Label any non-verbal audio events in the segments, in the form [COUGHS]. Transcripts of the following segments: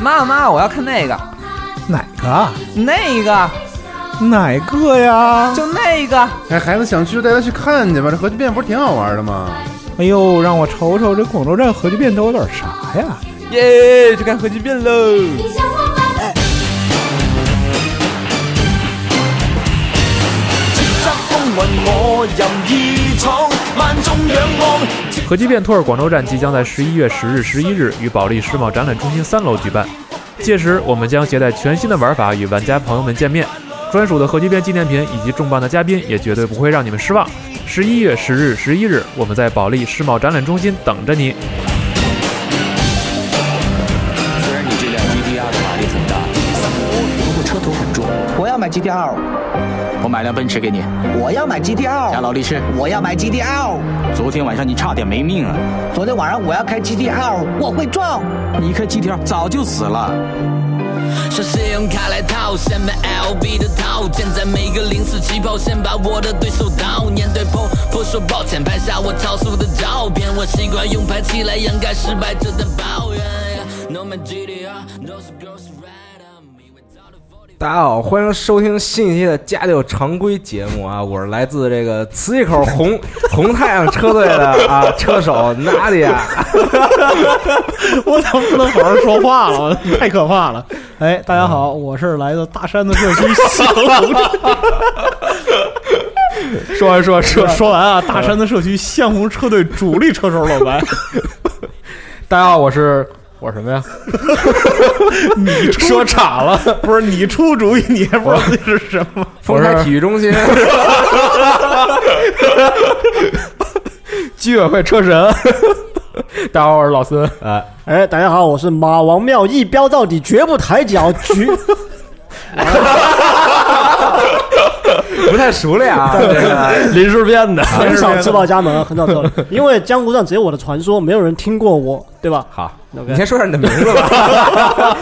妈妈，我要看那个，哪个？那个，哪个呀？就那个。哎，孩子想去就带他去看去吧，这核聚变不是挺好玩的吗？哎呦，让我瞅瞅这广州站核聚变都有点啥呀？耶，去看核聚变喽！核聚变 tour 广州站即将在十一月十日、十一日于保利世贸展览中心三楼举办，届时我们将携带全新的玩法与玩家朋友们见面，专属的核聚变纪念品以及重磅的嘉宾也绝对不会让你们失望。十一月十日、十一日，我们在保利世贸展览中心等着你。虽然你这辆 GTR 的马力很大，不过车头很重。我要买 GTR，我买辆奔驰给你，我要买加 GTR，劳力士。我要买 GTR。昨天晚上你差点没命啊！昨天晚上我要开 GTR，我会撞。你一开 GTR 早就死了。像信用卡来套，先买 LV 的套，建在每个零四起跑，先把我的对手刀。面对 PO，不说抱歉，拍下我超速的照片。我习惯用排气来掩盖失败者的抱怨。No man GDR, those girls right on me without a 大家好，欢迎收听新一期的《家六常规》节目啊！我是来自这个磁器口红 [LAUGHS] 红太阳车队的啊车手娜迪亚。 [LAUGHS] 我怎么不能好好说话 [LAUGHS] 了？太可怕了！哎，大家好，我是来自大山的社区小红。说完说 [LAUGHS] 完说说完啊，大山的社区鲜红车队主力车手老白， [LAUGHS] 大家好，我是我什么呀？ [LAUGHS] 你出说岔了， [LAUGHS] 不是你出主意，你还不知道这是什么？丰台体育中心 [LAUGHS] 居委会 [LAUGHS] 车神。大家好，我是老孙。哎，哎，大家好，我是马王庙，一标到底，绝不抬 [LAUGHS] 脚，举不太熟练 [LAUGHS] 啊，这个临时编的很少自报家门啊，很少知道，因为江湖上只有我的传说，没有人听过我，对吧？好， OK 你先说下你的名字吧。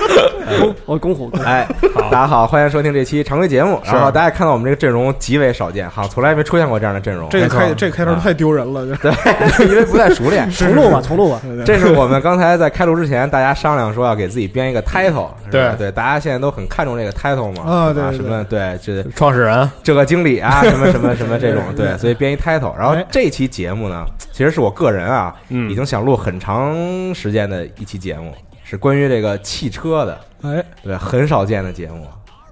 公我公虎，公虎 [LAUGHS] 哎，大家好，欢迎收听这期常规节目。然后大家看到我们这个阵容极为少见，好像从来没出现过这样的阵容。这个开没错啊这个开头太丢人了， [LAUGHS] 这对， [LAUGHS] 因为不太熟练。重录吧，重录吧，这是我们刚才在开录之前，大家商量说要给自己编一个 title，是吧对对，大家现在都很看重这个 title 嘛，啊对对什么对这 [LAUGHS] 创始人，这个经理啊，什么什么什么这种，对，所以编一 title。然后哎这期节目呢，其实是我个人啊，嗯已经想录很长时间的一期节目，是关于这个汽车的，哎，对，很少见的节目，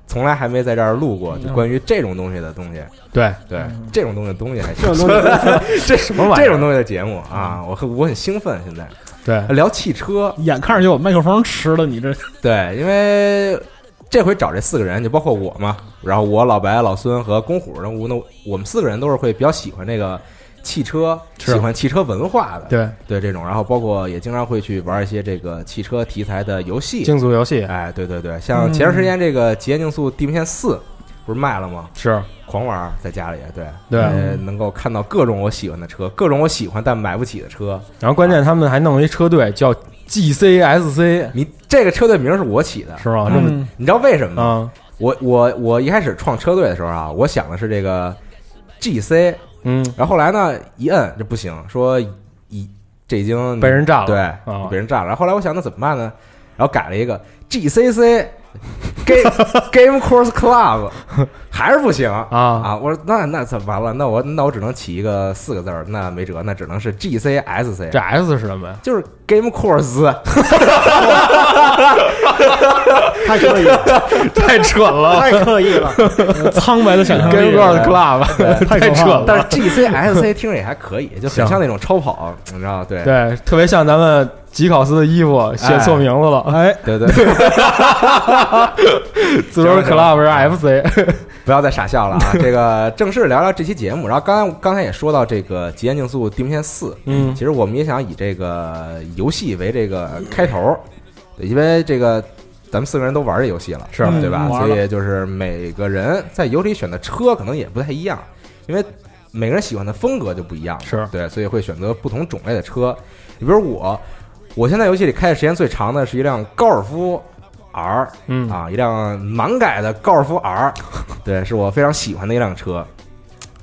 从来还没在这儿录过，就关于这种东西的东西。对，对，这种东西的东西还这行，种东西这什么玩意儿这种东西的节目啊，我很我很兴奋。现在对聊汽车，眼看着就把麦克风吃了，你这对，因为这回找这四个人，就包括我嘛，然后我老白、老孙和公虎，然后我呢，我们四个人都是会比较喜欢这个汽车，喜是欢汽车文化的，对，对这种，然后包括也经常会去玩一些这个汽车题材的游戏，竞速游戏哎，对对对，像前段时间这个《极限竞速：地平线四》不是卖了吗？是狂玩儿在家里，对对呃能够看到各种我喜欢的车，各种我喜欢但买不起的车。然后关键他们还弄了一车队叫 GCSC，你这个车队名是我起的，是吗？这么嗯，你知道为什么吗？啊，我我我一开始创车队的时候啊，我想的是这个 GC，嗯，然后后来呢一摁这不行，说已这已经被人占了，对、啊被人占了。然后后来我想那怎么办呢？然后改了一个 [LAUGHS] GCC。Game Game Course Club [LAUGHS] 还是不行啊啊！我说那那怎么完了？那我那我只能起一个四个字儿，那没辙，那只能是 G C S C，这 S 是什么呀？就是 Game Course， [LAUGHS] 太刻意了， [LAUGHS] 太蠢了太刻意了，苍白的想象跟力啊 World Club 太可太怕蠢了了。但是 G C S C 听着也还可以，就很行像那种超跑，你知道？对对，特别像咱们吉考斯的衣服写错名字了，哎，对对对， [LAUGHS] 自由 Club 是 FC，不要再傻笑了啊！ [LAUGHS] 这个正式聊聊这期节目，然后刚才刚才也说到这个《极限竞速：地平线四》，嗯其实我们也想以这个游戏为这个开头，对，因为这个咱们四个人都玩这游戏了，是嗯对吧？玩所了以就是每个人在游戏里选的车可能也不太一样，因为每个人喜欢的风格就不一样，是对，所以会选择不同种类的车。你比如我，我现在游戏里开的时间最长的是一辆高尔夫 R，嗯啊，一辆满改的高尔夫 R，对，是我非常喜欢的一辆车。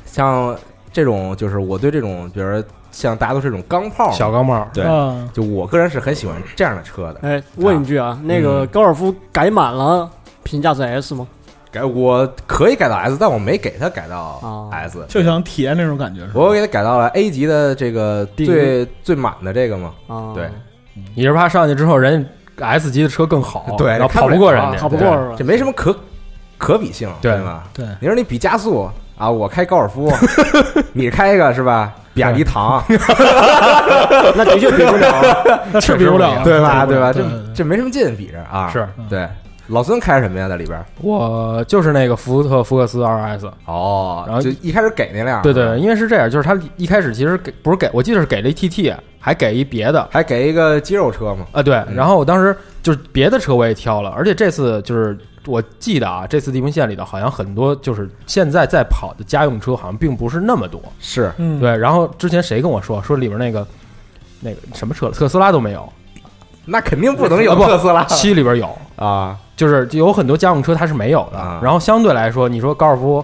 像这种就是我对这种，比如像大家都是这种钢炮嘛，小钢炮，对，啊，就我个人是很喜欢这样的车的。哎，问一句啊，那个高尔夫改满了，评价是 S 吗？改我可以改到 S，但我没给它改到哦 S，、就想体验那种感觉是吧？我给它改到了 A 级的这个最最满的这个嘛。啊，对，你是怕上去之后人家 S 级的车更好，对然后看跑不不过了人啊家，跑不对过是吧？这没什么可可比性，对吧？对你说你比加速啊，我开高 [LAUGHS] 尔夫，你开一个是吧？比亚迪唐，那的确比不了。 [LAUGHS] 那是比不了啊，对吧？对吧？对这对对这没什么劲比着啊。是嗯对。老孙开什么呀？在里边儿我就是那个福特福克斯 RS，哦，然后就一开始给那辆，对对，对，因为是这样，就是他一开始其实给不是给我记得是给了一 TT，还给一别的还给一个肌肉车嘛。啊，对，然后我当时就是别的车我也挑了，而且这次就是我记得啊，这次地平线里头好像很多就是现在在跑的家用车好像并不是那么多，是 [LAUGHS] 嗯，对，然后之前谁跟我说说里边那个那个什么车特斯拉都没有，那肯定不能有啊不特斯拉七里边有，啊，就是有很多家用车它是没有的。啊然后相对来说，你说高尔夫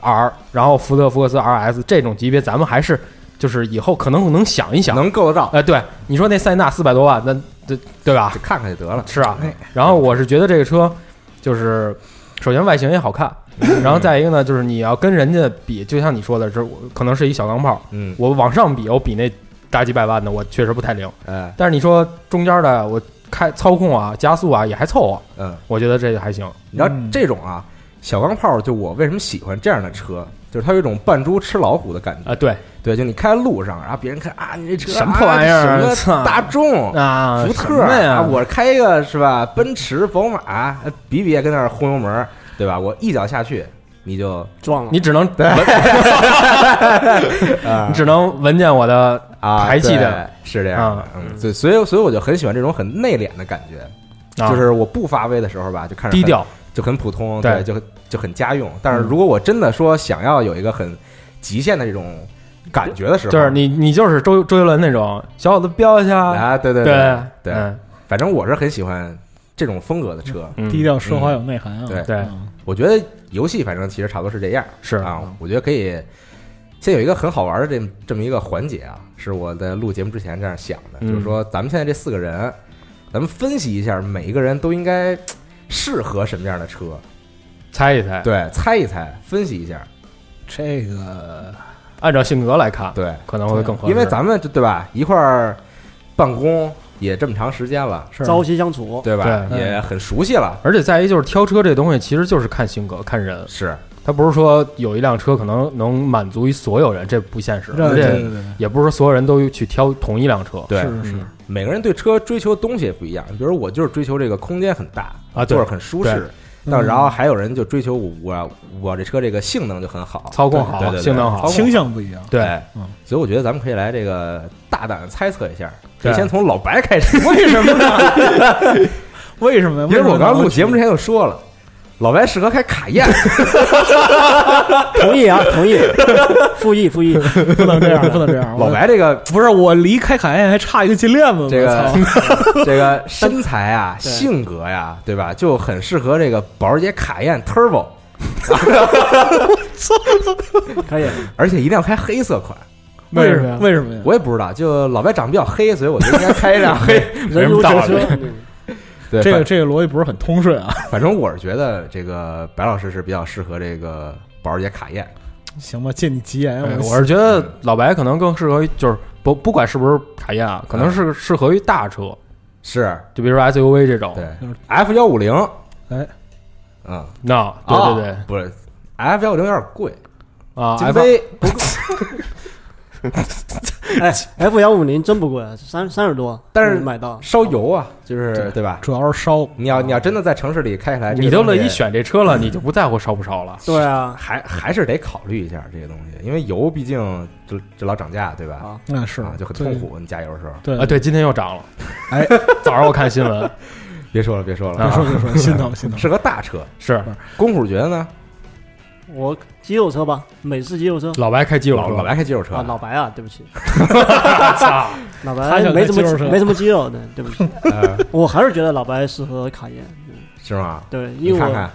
R，然后福特福克斯 RS 这种级别，咱们还是就是以后可能能想一想。能够得到，哎，对，你说那塞纳四百多万，那对对吧就？看看就得了。哎是啊。然后我是觉得这个车就是。首先外形也好看，然后再一个呢，就是你要跟人家比，就像你说的，这我可能是一小钢炮，嗯，我往上比，我比那大几百万的，我确实不太灵。哎，但是你说中间的，我开操控啊、加速啊也还凑合，嗯，我觉得这个还行。你知道嗯这种啊，小钢炮，就我为什么喜欢这样的车，就是它有一种扮猪吃老虎的感觉。啊，对对，就你开路上，然后别人看啊，你这车什么破玩意儿啊什操么大众、啊，福什特么呀，啊我开一个是吧？奔驰、宝马，啊比比也跟那儿轰油门，对吧？我一脚下去，你就撞了，你只能闻， [LAUGHS] 啊 [LAUGHS] 你只能闻见我的啊排气的对是这样的啊。嗯，所以所以所以我就很喜欢这种很内敛的感觉，啊就是我不发威的时候吧，就看着低调，就很普通，对嗯对，就很就很家用。但是如果我真的说想要有一个很极限的这种感觉的时候，就是你你就是周周杰伦那种小伙子飙一下，啊，对对对对嗯反正我是很喜欢这种风格的车。嗯低调奢华有内涵啊，对对嗯我觉得游戏反正其实差不多是这样是啊，我觉得可以。现在有一个很好玩的这这么一个环节啊，是我在录节目之前这样想的，嗯就是说咱们现在这四个人，咱们分析一下每一个人都应该适合什么样的车，猜一猜，对，猜一猜，分析一下，这个按照性格来看，对，可能会更合适，因为咱们就对吧，一块儿办公也这么长时间了，是朝夕相处，对吧？对也很熟悉了，而且再一就是挑车这东西，其实就是看性格、看人，是它不是说有一辆车可能能满足于所有人，这不现实，对而对且对对也不是说所有人都去挑同一辆车。对。嗯是是是，每个人对车追求的东西也不一样，比如我就是追求这个空间很大啊对坐着很舒对适。那嗯然后还有人就追求我我我这车这个性能就很好，操控好对对对性能好操控倾向不一样，对，哎嗯所以我觉得咱们可以来这个大胆猜测一下，可对以先从老白开始。为什么呢？为什么呀？ [LAUGHS] 因为我刚能录节目之前就说了，老白适合开卡宴，同意啊，同意，复议复议，不能这样，不能这样，我老白这个不是我离开卡宴还差一个金链子，这个我操这个身材啊、性格呀、对吧，就很适合这个保时捷卡宴 Turbo，可以，而且一定要开黑色款。为什为什么么呀为什么呀？呀？我也不知道，就老白长得比较黑，所以我就应该开一辆黑。人如道车理车，对，这个反这个逻辑不是很通顺啊， [LAUGHS] 反正我是觉得这个白老师是比较适合这个保时捷卡宴。行吧，借你吉言，哎们我是觉得老白可能更适合于，就是不不管是不是卡宴啊，可嗯能是适合于大车，是就比如说 SUV 这种。对就是 F 幺五零，哎，嗯，那对啊对对不是 F 幺五零有点贵，啊金，F 飞哎，F 幺五零真不贵，三三十多，但是买到烧油啊，就是对吧？主要是烧，你要你要真的在城市里开起来，啊这你个都东乐西意选这车了，你就不在乎烧不烧了。对啊，还还是得考虑一下这个东西，因为油毕竟就就老涨价，对吧？那是啊，就很痛。苦。你加油的时候，对啊，，对，今天又 [LAUGHS] 涨了。哎，早上我看新闻，别说了，别说了，别啊说别说，心疼心疼。适合大车。是公主觉 [LAUGHS] 得呢？我肌肉车吧，美式肌肉车老白开肌肉老车，老白开肌肉车啊，老白啊，对不起，操，老他白想开没怎么肌肉车没什么肌肉的，对不起，呃 [LAUGHS] 我还是觉得老白适合卡宴，嗯是吗？对，你因为看我 [LAUGHS] 看，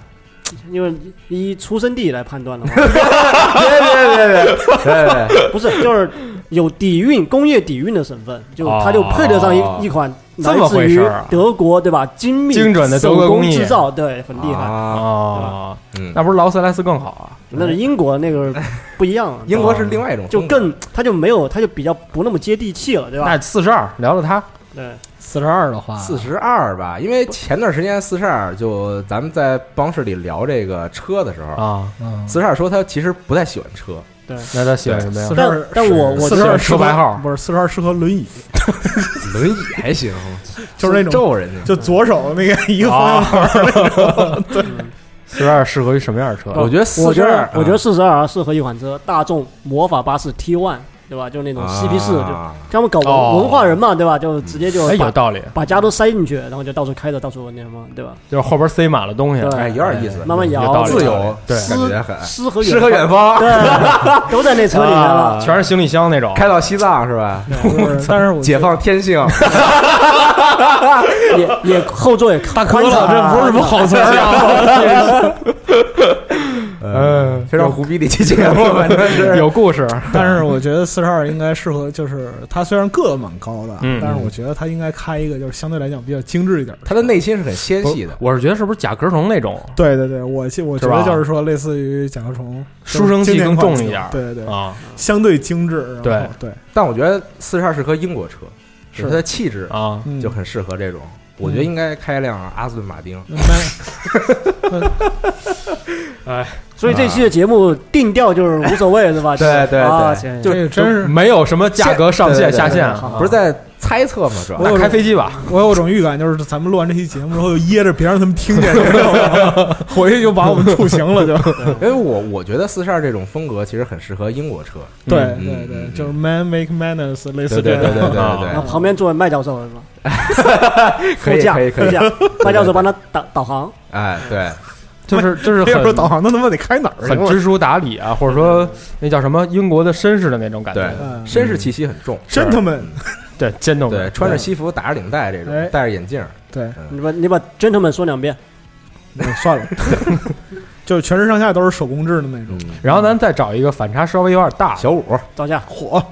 因为依出生地来判断的话， [LAUGHS] 别别别别别别，不是，就是有底蕴、工业底蕴的成分，就它就配得上一、哦一款这来么自回于事儿啊德国对吧？精密精准的德国手工工艺制造，对，很厉害。啊，哦，嗯，那不是劳斯莱斯更好啊？那是英国那个不一样 [LAUGHS] 啊，英国是另外一种就风格，更它就没有，它就比较不那么接地气啊了，对吧？那四十二聊聊它，对，四十二的话，四十二吧，因为前段时间四十二就咱们在办公室里聊这个车的时候，啊，嗯，四十二说他其实不太喜欢车，那他喜欢什么呀四？十但二，但我我四四十十二二车牌号不是四十二适合轮椅，轮椅还行，就是那种咒人家。就左手那个一个方向盘儿那种，对，四十二适合于什么样的车？我觉得我四觉十二啊得，我觉得四十二适合一款车，大众魔法巴士 T One，对吧？就那种 CP 四，就啊他们搞哦文文化人嘛，对吧？就直接就哎，有把道理，把家都塞进去，然后就到处开着，到处那什么，对吧？ [LAUGHS] 就是后边塞满了东西，对哎，有点意思，慢慢有道摇，理自由，对感觉很诗和诗和远方，方，啊对，都在那车里面了。全是行李箱那种。开到西藏是吧？ [LAUGHS] 就是但是我解放天性，也也后座也大大 [LAUGHS] 哥了，这不是什么好词儿啊！嗯，非常胡逼的一期节目，反正是有故事，但是我觉得四十二应该适合，就是它虽然个子蛮高的，嗯但是我觉得它应该开一个就是相对来讲比较精致一点的。他的内心是很纤细的，我是觉得是不是甲壳虫那种对对对，我记我觉是吧得就是说类似于甲壳虫，书生气更重一点儿对对对，啊相对精致，然后对，但我觉得四十二适合英国车，是它的气质啊！嗯就很适合这种。我觉得应该开辆阿斯顿马丁，嗯那所以这期的节目定调就是无所谓，是吧？ [LAUGHS] 对对啊对行就这个真是没有什么价格上限对对对下限啊，好不是在猜测吗？主要我那有开飞机吧？我有种预感，就是咱们录完这期节目之后，就掖着别让他们听 [LAUGHS] 见，你知道吗回去就把我们处刑了，就。因为我我觉得四十二这种风格其实很适合英国车， [LAUGHS] 对嗯对对嗯，就是 man make manners，类嗯似对这样对对 [LAUGHS] 对对啊对然后旁边坐着麦教授是吧？对，可副以驾可以副可以驾，， [LAUGHS] 麦教授帮他导导航。 [LAUGHS] 哎对，嗯就是就是别说很导航，那他妈得开哪儿去？很知书达理啊，或者说那叫什么英国的绅士的那种感觉对，嗯绅士气息很重，嗯真他们对，尖头对，穿着西服打着领带这种哎，戴着眼镜，对，你把你把 gentleman 说两遍，嗯算了， [LAUGHS] 就是全身上下都是手工制的那种嗯，然后咱再找一个反差稍微有点大，小五照相。火，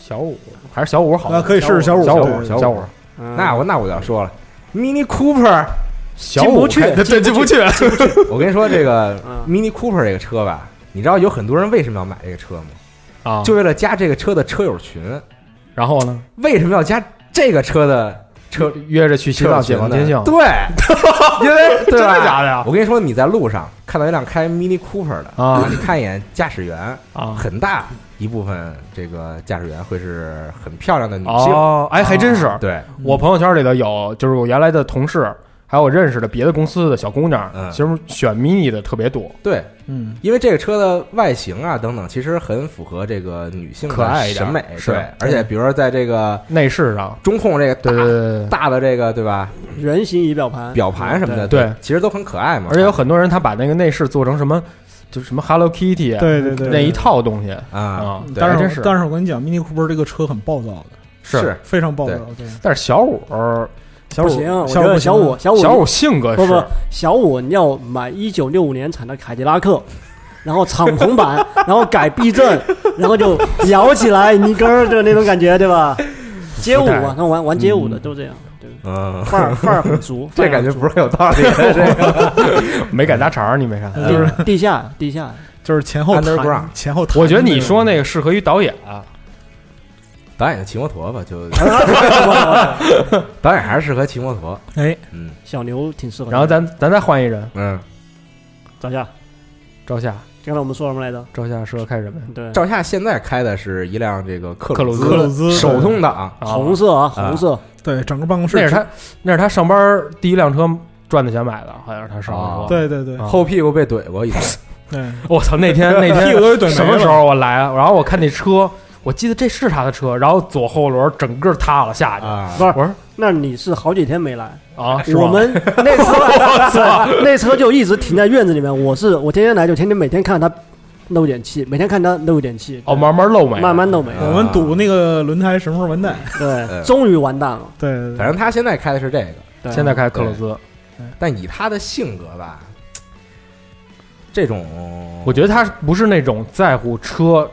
小五还是小五好那，啊可以试试小五，小小五小五小五嗯那我那我就要说了，Mini Cooper， [LAUGHS] 小进五不去开对进不去，我跟你说这个嗯 Mini Cooper 这个车吧，你知道有很多人为什么要买这个车吗？啊！就为了加这个车的车友群。然后呢，为什么要加这个车的车？约着去西藏解放天性， [LAUGHS] 对，因 [LAUGHS] 为真对吧？的假的呀我跟你说，你在路上看到一辆开 Mini Cooper 的啊你看一眼驾驶员，啊很大一部分这个驾驶员会是很漂亮的女性。啊哦，哎，还真是，对，我朋友圈里头有，就是我原来的同事，还有我认识的别的公司的小姑娘，嗯其实选 mini 的特别多，对，嗯，因为这个车的外形啊等等，其实很符合这个女性的可爱一点审美。是对，而且比如说在这个内饰上，中控这个大对对对对大的这个对吧人形仪表盘，表盘什么的，对对，其实都很可爱嘛。而且有很多人他把那个内饰做成什么，就是什么 Hello Kitty 啊对对对，那一套东西啊，啊，对但还是真我但是我跟你讲，Mini Cooper 这个车很暴躁的，是，非常暴躁。对，但是小五小五不行，我觉小五得小五小五小五性格不不是，小五你要买一九六五年产的凯迪拉克， [LAUGHS] 然后敞篷版， [LAUGHS] 然后改避震， [LAUGHS] 然后就摇起来泥根儿的那种感觉，对吧？街舞嘛，他们玩玩街舞的都这样，对，嗯，范儿范儿很足，这感觉不是很有 [LAUGHS] 道理。这个没赶大肠儿，你没看。嗯就是地下地下，就是前后 Underground 弹前后弹的那种。我觉得你说那个适合于导演，啊导演就骑摩托吧，就啊导演还是适合骑摩托。哎，嗯 [LAUGHS] 小牛挺适合的。然后咱咱再换一人，嗯，找一下，赵夏，刚才我们说什么来着？赵夏适合开什么呀？对，赵夏现在开的是一辆这个克克鲁鲁嗯兹克鲁兹手动挡，啊红，色啊，红色，对整个办公室那是他那是他上班儿第一辆车赚的钱买的，好像是他上班哦对对对啊后屁股被怼过一次。对，我操，那天那 [LAUGHS] 屁股天都怼没了 [LAUGHS] 什么时候我来？然后我看那车，我记得这是他的车，然后左后轮整个塌了下去。啊我说那你是好几天没来？啊，是吗我们 [LAUGHS] 那车 [LAUGHS] 那车就一直停在院子里面。我是我天天来，就天天每天看它漏点气，每天看它漏点气，哦，慢慢漏没，慢慢漏没。啊我们赌那个轮胎什么时候完蛋。对，终于完蛋了。对对嗯反对，正他现在开的是这个，对啊现在开克鲁兹，但以他的性格吧，这种我觉得他不是那种在乎车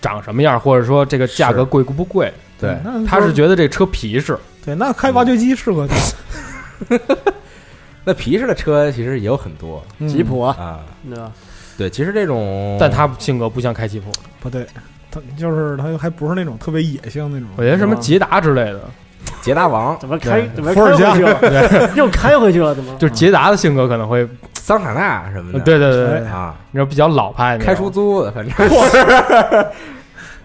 长什么样，或者说这个价格贵不贵。对，那他是觉得这车皮实，对，那开挖掘机适合他。那皮实的车其实也有很多嗯吉普啊，啊。对吧？对，其实这种，但他性格不像开吉普。不对，他就是他还不是那种特别野性那种。我觉得什么捷达之类的，捷达王、怎么开对怎么伏开尔回加去了？ [LAUGHS] 又开回去了，怎么？就是捷达的性格可能会，桑塔纳什么的，对对嗯对对，啊，你知道比较老派那种，开出租的，反正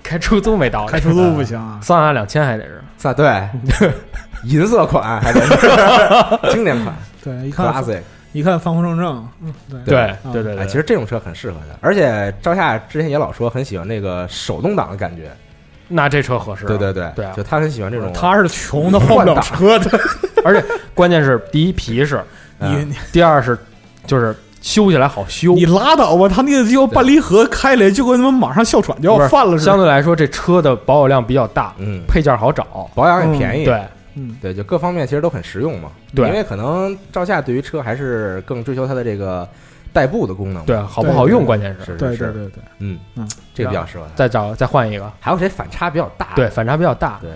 开出租没道理，开出租不行啊，桑塔纳两千还得是，[LAUGHS] 啊，对，银色款还得 [LAUGHS] 是经典款对，一看 classic。一看犯婚证证，嗯，对对对对哎，对，其实这种车很适合他，而且赵夏之前也老说很喜欢那个手动挡的感觉，那这车合适，对对对，对啊就他很喜欢这种，他是穷的换不了车的。而且关键是第一皮实，你嗯你第二是就是修起来好修，你拉倒吧，他那个就半离合开来就跟他妈马上哮喘就不要是犯了似相的。对来说这车的保有量比较大，嗯，配件好找，保养也便宜，对嗯，对，就各方面其实都很实用嘛。对因为可能赵夏对于车还是更追求它的这个代步的功能嘛。对，好不好用关键是，是，是对是对对对，嗯嗯，这个比较适合他。再找再换一啊个，还有谁反差比较大？对，反差比较大，对，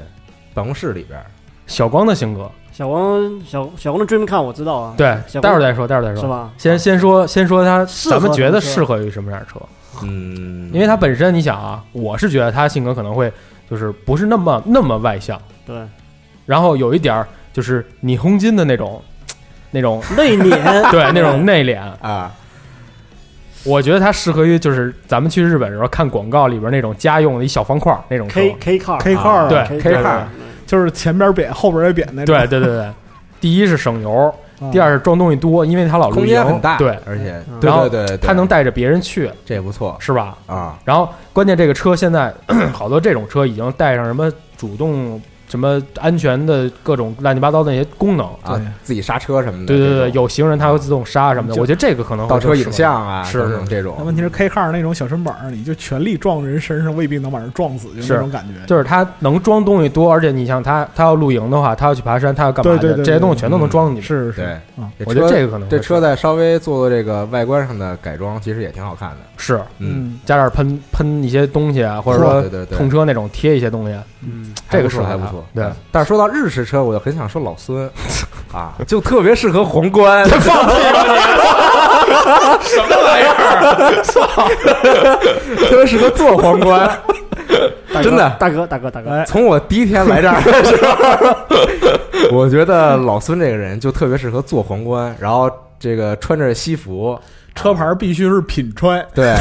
办公室里边儿，小光的性格，小王小小王的 dream car 我知道啊，对，小待光会儿再说，待会儿再是说。吧？啊先先说先说他，适合咱们觉得什么车适合于什么样的车？嗯，因为他本身你想啊，我是觉得他性格可能会就是不是那么那么外向，对，然后有一点儿就是你红金的那种，那种内敛， [LAUGHS] [LAUGHS] 对那种内敛，啊，我觉得它适合于就是咱们去日本的时候看广告里边那种家用的一小方块儿那种车， K K car K 块儿啊啊对 K K car 就是前边扁后边也扁那种。对对对对，第一是省油，嗯第二是装东西多，因为它老露空间营，很大，对，而且嗯对然后对对对，它能带着别人去，这也不错是吧？啊，然后关键这个车现在 [CLEARS THROAT] 好多这种车已经带上什么主动什么安全的各种乱七八糟的那些功能，啊，自己刹车什么的，对对对，这种有行人它会自动刹什么的，就我觉得这个可能会倒车更适影合像啊，是等等这那种问题是 K car 那种小身板儿，你就全力撞人身上，未必能把人撞死，就那种感觉。就是它能装东西多，而且你像它，它要露营的话，它要去爬山，它要干嘛的，对对对对这些东西全都能装进去。是是，对嗯。这啊我觉得车这个可能会这车在稍微做做这个外观上的改装，其实也挺好看的。是嗯，加点喷喷一些东西啊，或者对说对对痛车那种贴一些东西啊，嗯，这个还不是错还不错。对，但是说到日式车，我就很想说 [LAUGHS] 老孙啊，就特别适合皇冠。放屁！什么玩意 [LAUGHS] 儿？特别适合坐 [LAUGHS] 皇冠。大哥真的大哥大哥大哥，哎，从我第一天来这儿的 [LAUGHS] 时候，我觉得老孙这个人就特别适合坐皇冠，然后这个穿着西服，车牌必须是品穿，对，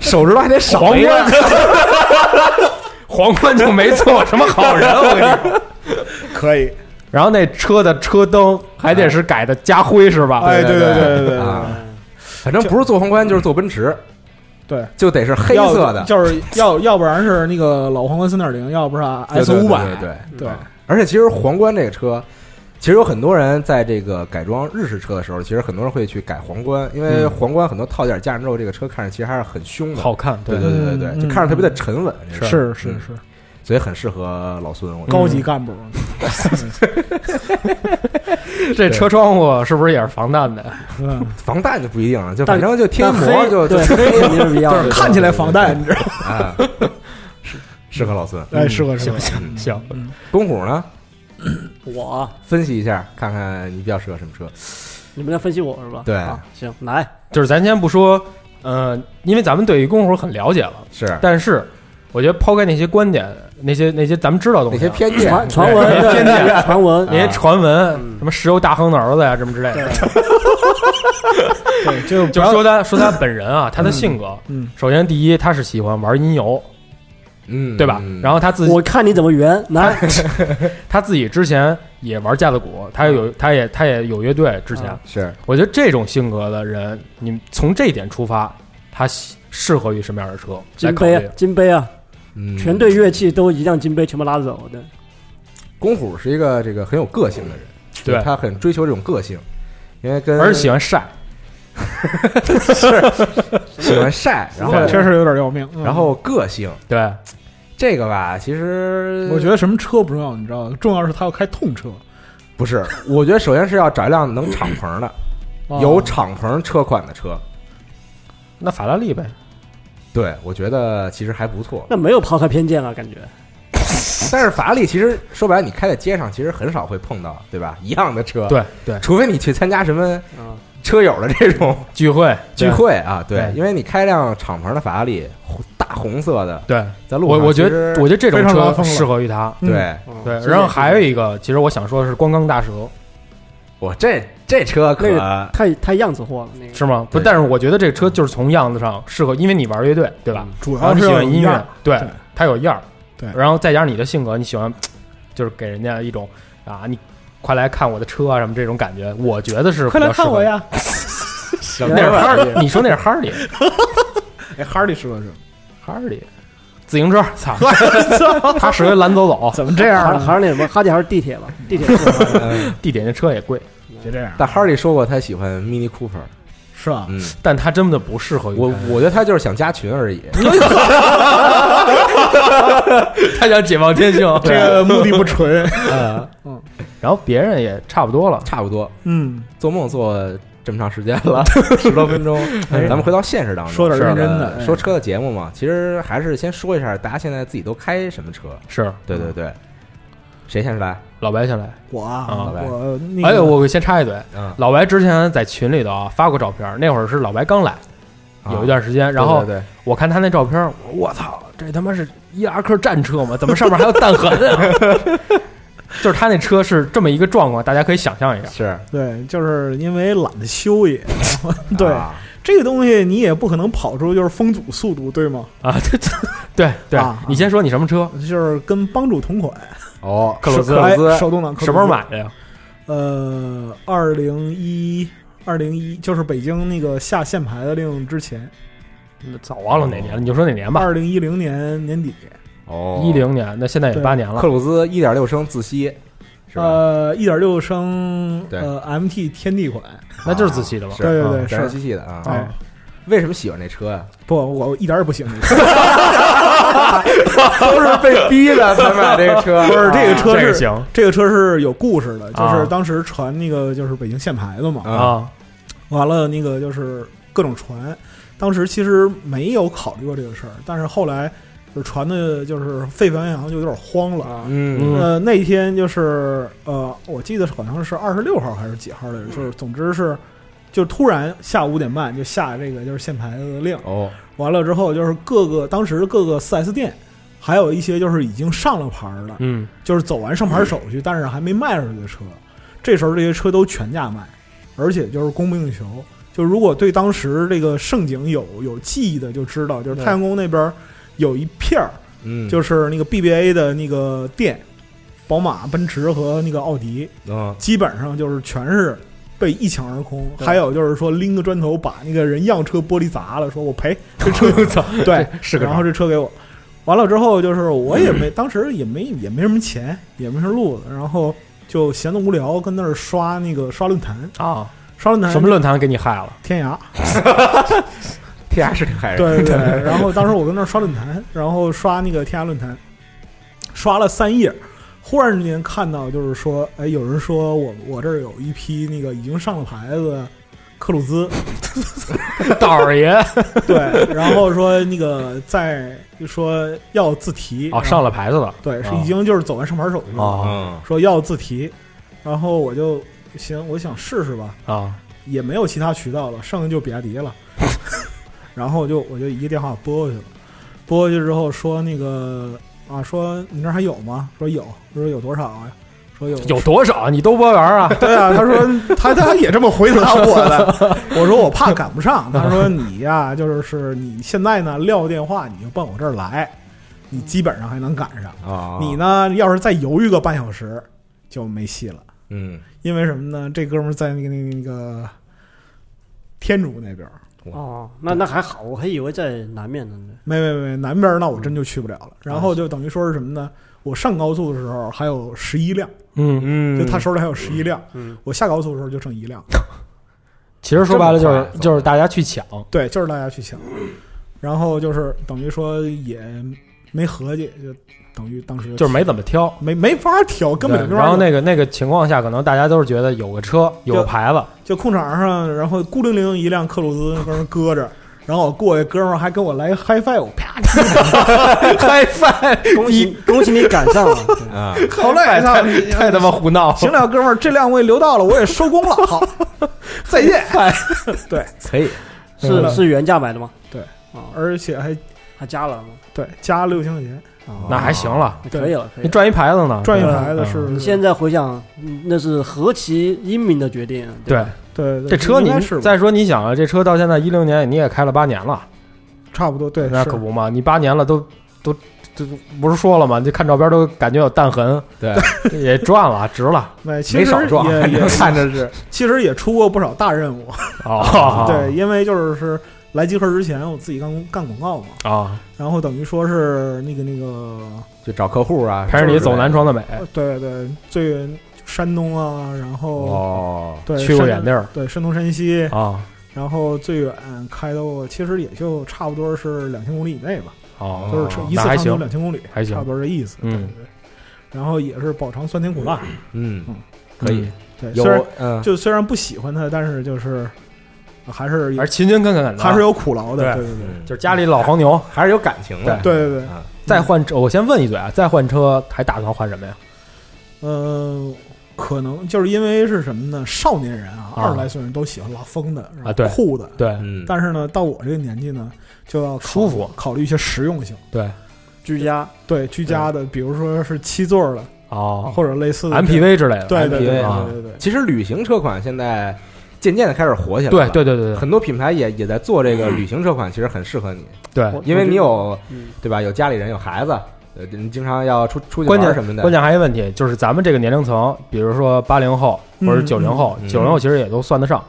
手指头还得少皇一个冠， [LAUGHS] 皇冠就没做什么好人，啊我跟你说。 [LAUGHS] 可以。然后那车的车灯还得是改的家徽是吧？哎，对对对对对对啊，反正不是坐皇冠就是坐奔驰，对，就得是黑要色的，就是要要不然是那个老皇冠三点零，要不是啊对 S 对五对百，对对。对，而且其实皇冠这个车，其实有很多人在这个改装日式车的时候，其实很多人会去改皇冠，因嗯为皇冠很多套件加上之后，这个车看着其实还是很凶的。好看，对对对对对嗯对，就看着特别的沉稳，这个车是是嗯是，所以很适合老孙。我觉得高级干部，嗯这车窗户是不是也是防弹的？嗯，防弹就不一定了，就但反正就贴但膜黑就就对黑肯定是比较就就是看起来防弹，你知道吗？啊，是适合老孙。嗯哎，适合适行合。行行，公虎呢？我，啊分析一下，看看你比较适合什么车。你们在分析我是吧？对啊行，来，就是咱先不说，呃，因为咱们对于公活很了解了，是但是我觉得抛开那些观点，那些那些咱们知道的东那西些啊，偏见，传传闻对，啊偏见对传闻那，些传闻，嗯什么石油大亨的儿子呀，什么之类的，对，就不就要说他说他本人啊，他的性格，嗯，首先第一，他是喜欢玩音游，嗯，对吧？然后后他自己我看你怎么圆，来，他自己之前也玩架子鼓，他也有他也他也有乐队，之前啊是我觉得这种性格的人，你们从这一点出发，他喜适合于什么样的车来金考杯虑啊，？金杯啊，嗯全队乐器都一样，金杯全部拉走的，公虎是一个这个很有个性的人，对就他很追求这种个性，因为跟而且喜欢晒，喜欢晒，然后对确实有点要命。嗯然后个性对，这个吧，其实我觉得什么车不重要，你知道，重要是他要开痛车，不是，我觉得首先是要找一辆能敞篷的，哦啊有敞篷车款的车。那法拉利呗，对，我觉得其实还不错。那没有抛开偏见了，啊感觉但是法拉利其实说白了，你开在街上其实很少会碰到，对吧？一样的车，，对对，除非你去参加什么啊，车友的这种聚会聚，会啊，对对，因为你开辆敞篷的法拉利，红大红色的，对，在路我上我觉其实得我觉得这种非常拉车风了适合于它。对嗯对，然后还有一个，其实我想说的是光钢大蛇，我这这车可那个太太样子货了，那个是吗？不，对但是我觉得这个车就是从样子上适合，因为你玩乐队，对吧？主然后要你是喜嗯要欢有音样儿乐，对对，它有样儿，对然后再加上你的性格，你喜欢，就是给人家一种啊，你快来看我的车啊什么这种感觉，我觉得是快来比较适看合我！呀！那 [LAUGHS] 是哈利，你说那是哈利，哎，哈利说的是哈利，自行车，操，他适合蓝走走，怎么这样还呢？还是那什么哈迪还是地铁吧，地铁可，地铁那车也贵，别这样，嗯但哈利说过他喜欢 Mini Cooper，是吧？嗯，但它真的不适合于我开我觉得他就是想加群而 [LAUGHS] 已，他想解放 [LAUGHS] 天性，这个目的不纯。啊然后别人也差不多了，差不多 [LAUGHS] 嗯，做梦做这么长时间了，十多分钟，咱们回到现实当中，说点是认真的呃哎说车的节目嘛，其实还是先说一下大家现在自己都开什么车，是对对对，谁先来？老白先来。我啊啊，来我那哎，个我先插一嘴嗯，老白之前在群里头啊发过照片，那会儿是老白刚来，啊有一段时间，然后对对我看他那照片，我我操，这他妈是伊拉克战车吗？怎么上面还有弹痕啊？就是他那车是这么一个状况，大家可以想象一下对。是对，就是因为懒得修也，对啊这个东西你也不可能跑出就是风阻速度，对吗？啊， [LAUGHS] 这这对对啊，你先说你什么车，就是跟帮主同款，哦，克鲁兹克哎鲁兹手动挡，克鲁兹什么时候？买的呀？呃，二零一二零一，就是北京那个下限牌的令之前，早忘了哪年了，你就说哪年吧。二零一零年年底，哦，一零年，那现在也对八年了克。鲁兹一点六升自吸，是吧？呃，一点六升对呃 MT 天地款，那就是自吸的嘛是对对对啊是燃气系的啊。哎，为什么喜欢这车呀？啊不，我一点儿也不行，都是被逼的才买这个 [LAUGHS] 车，不是这个车这是个行这个车是有故事的，就啊是当时传那个就是北京限牌的嘛，啊，啊，完了那个就是各种传，当时其实没有考虑过这个事儿，但是后来就是传的就是沸沸扬扬，就有点慌了。啊，嗯嗯呃，那一天就是呃，我记得好像是二十六号还是几号来着，就是总之是。就突然下午五点半就下这个就是限牌的令，哦，完了之后就是各个当时各个 4S 店，还有一些就是已经上了牌儿的，嗯，就是走完上牌手续，但是还没卖出去的车，这时候这些车都全价卖，而且就是供不应求。就如果对当时这个盛景有有记忆的，就知道，就是太阳宫那边有一片儿，嗯，就是那个 BBA 的那个店，宝马、奔驰和那个奥迪，嗯，基本上就是全是被一抢而空。还有就是说拎个砖头把那个人样车玻璃砸了，说我 [LAUGHS] 赔这车对，是个嗯然后这车给我，完了之后就是我也没，当时也没也没什么钱，也没什么路子，然后就闲得无聊，跟那儿刷那个刷论坛，啊，刷论坛什么论坛给你害了？天涯， [LAUGHS] 天涯是这海人，对对对。 [LAUGHS] 然后当时我跟那儿刷论坛，然后刷那个天涯论坛，刷了三页，忽然之间看到就是说，哎，有人说我我这儿有一批那个已经上了牌子的克鲁兹，道儿爷对，然后说那个在就说要自提哦，上了牌子了对，是啊已经就是走完上牌手续了。啊嗯，说要自提，然后我就行，我想试试吧，啊，也没有其他渠道了，剩下就比亚迪了。 [LAUGHS] 然后我就我就一个电话拨过去了，拨过去之后说那个啊，说你那儿还有吗？说有，我说有多少啊？说有有多少你都播完啊？ [LAUGHS] 对啊，他说他他也这么回答我的。 [LAUGHS] 我说我怕赶不上，他说你呀、就是是你现在呢撂电话你就奔我这儿来，你基本上还能赶上。啊，你？呢要是再犹豫个半小时就没戏了。嗯，因为什么呢？这哥们儿在那个那个那个天竺那边儿，哦，那那还好，我还以为在南面呢。没没没南边儿，那我嗯真就去不了啊了。然后就等于说是什么呢？我上高速的时候还有十一辆，嗯就他手里还有十一辆，嗯，我下高速的时候就剩一辆。其实说白了就这么啊是快就是大家去抢，对，就是大家去抢，然后就是等于说也没合计，就等于当时就是没怎么挑。没没法挑，根本就没对法然后挑那个那个情况下，可能大家都是觉得有个车有个就 [LAUGHS] 牌子，就空场上，然后孤零零一辆克鲁兹跟人搁着，然后我过去，哥们儿还跟我来一 high five，我啪 high five，恭喜恭喜你赶上了，对啊，好嘞，太操太太他妈胡闹了！行了，哥们儿，这辆位留到了，我也收工了， [LAUGHS] 好，再见。对，可以，是是原价买的吗？对啊，而且还还加了吗？对加六千块钱，那还行了，那对可以了，可你以了。赚一牌子呢，哎赚一对吧牌子嗯是现在回想，嗯那是何其英明的决定，啊对吧，对对这车你应该是吧再说你想啊，这车到现在一六年你也开了八年了，差不多对，那是可不嘛，你八年了都都都不是说了吗？你看照片都感觉有弹痕，对，也赚了，值了那其没实少撞，也 [LAUGHS] 也反 [LAUGHS] 正看着是其实也出过不少大任务，，哦 [LAUGHS] 对，因为就是是来极客之前，我自己干干广告嘛，啊，然后等于说是那个那个，就找客户啊，陪着你走南南闯的北，呃对对，最山东啊，然后哦，对去过山远地儿对山东山西，啊然后最远开到过，其实也就差不多是两千公里以内吧，哦，就是车一那次还长途行两千公里，还行差不多这意思，嗯对对。然后也是饱尝酸甜苦辣，嗯嗯，可以，对，有虽然啊嗯，就虽然不喜欢它，但是就是还是嗯而勤勤恳恳的，还是有苦劳的，对对对对，啊就是家里老黄牛。还是有感情的，对对对。啊，再换车，我先问一嘴啊，再换车还打算换什么呀？呃，可能就是因为是什么呢？少年人啊，啊二十来岁人都喜欢拉风的然后啊对酷的。对嗯，但是呢，到我这个年纪呢，就要考舒服考虑一些实用性。对，居家对，居家的，比如说是七座儿的，哦或者类似的这 MPV 之类的，嗯对对对 MPV 啊对对对其实旅行车款现在渐渐的开始火起来，对对。对对对很多品牌也也在做这个旅行车款，其实很适合你，对，我因为你，嗯我有觉得嗯对吧？有家里人，有孩子，呃，你经常要出出去关玩键什么的，关键还有一个问题，就是咱们这个年龄层，比如说八零后或者嗯九零后，嗯九零后其实也都算得上。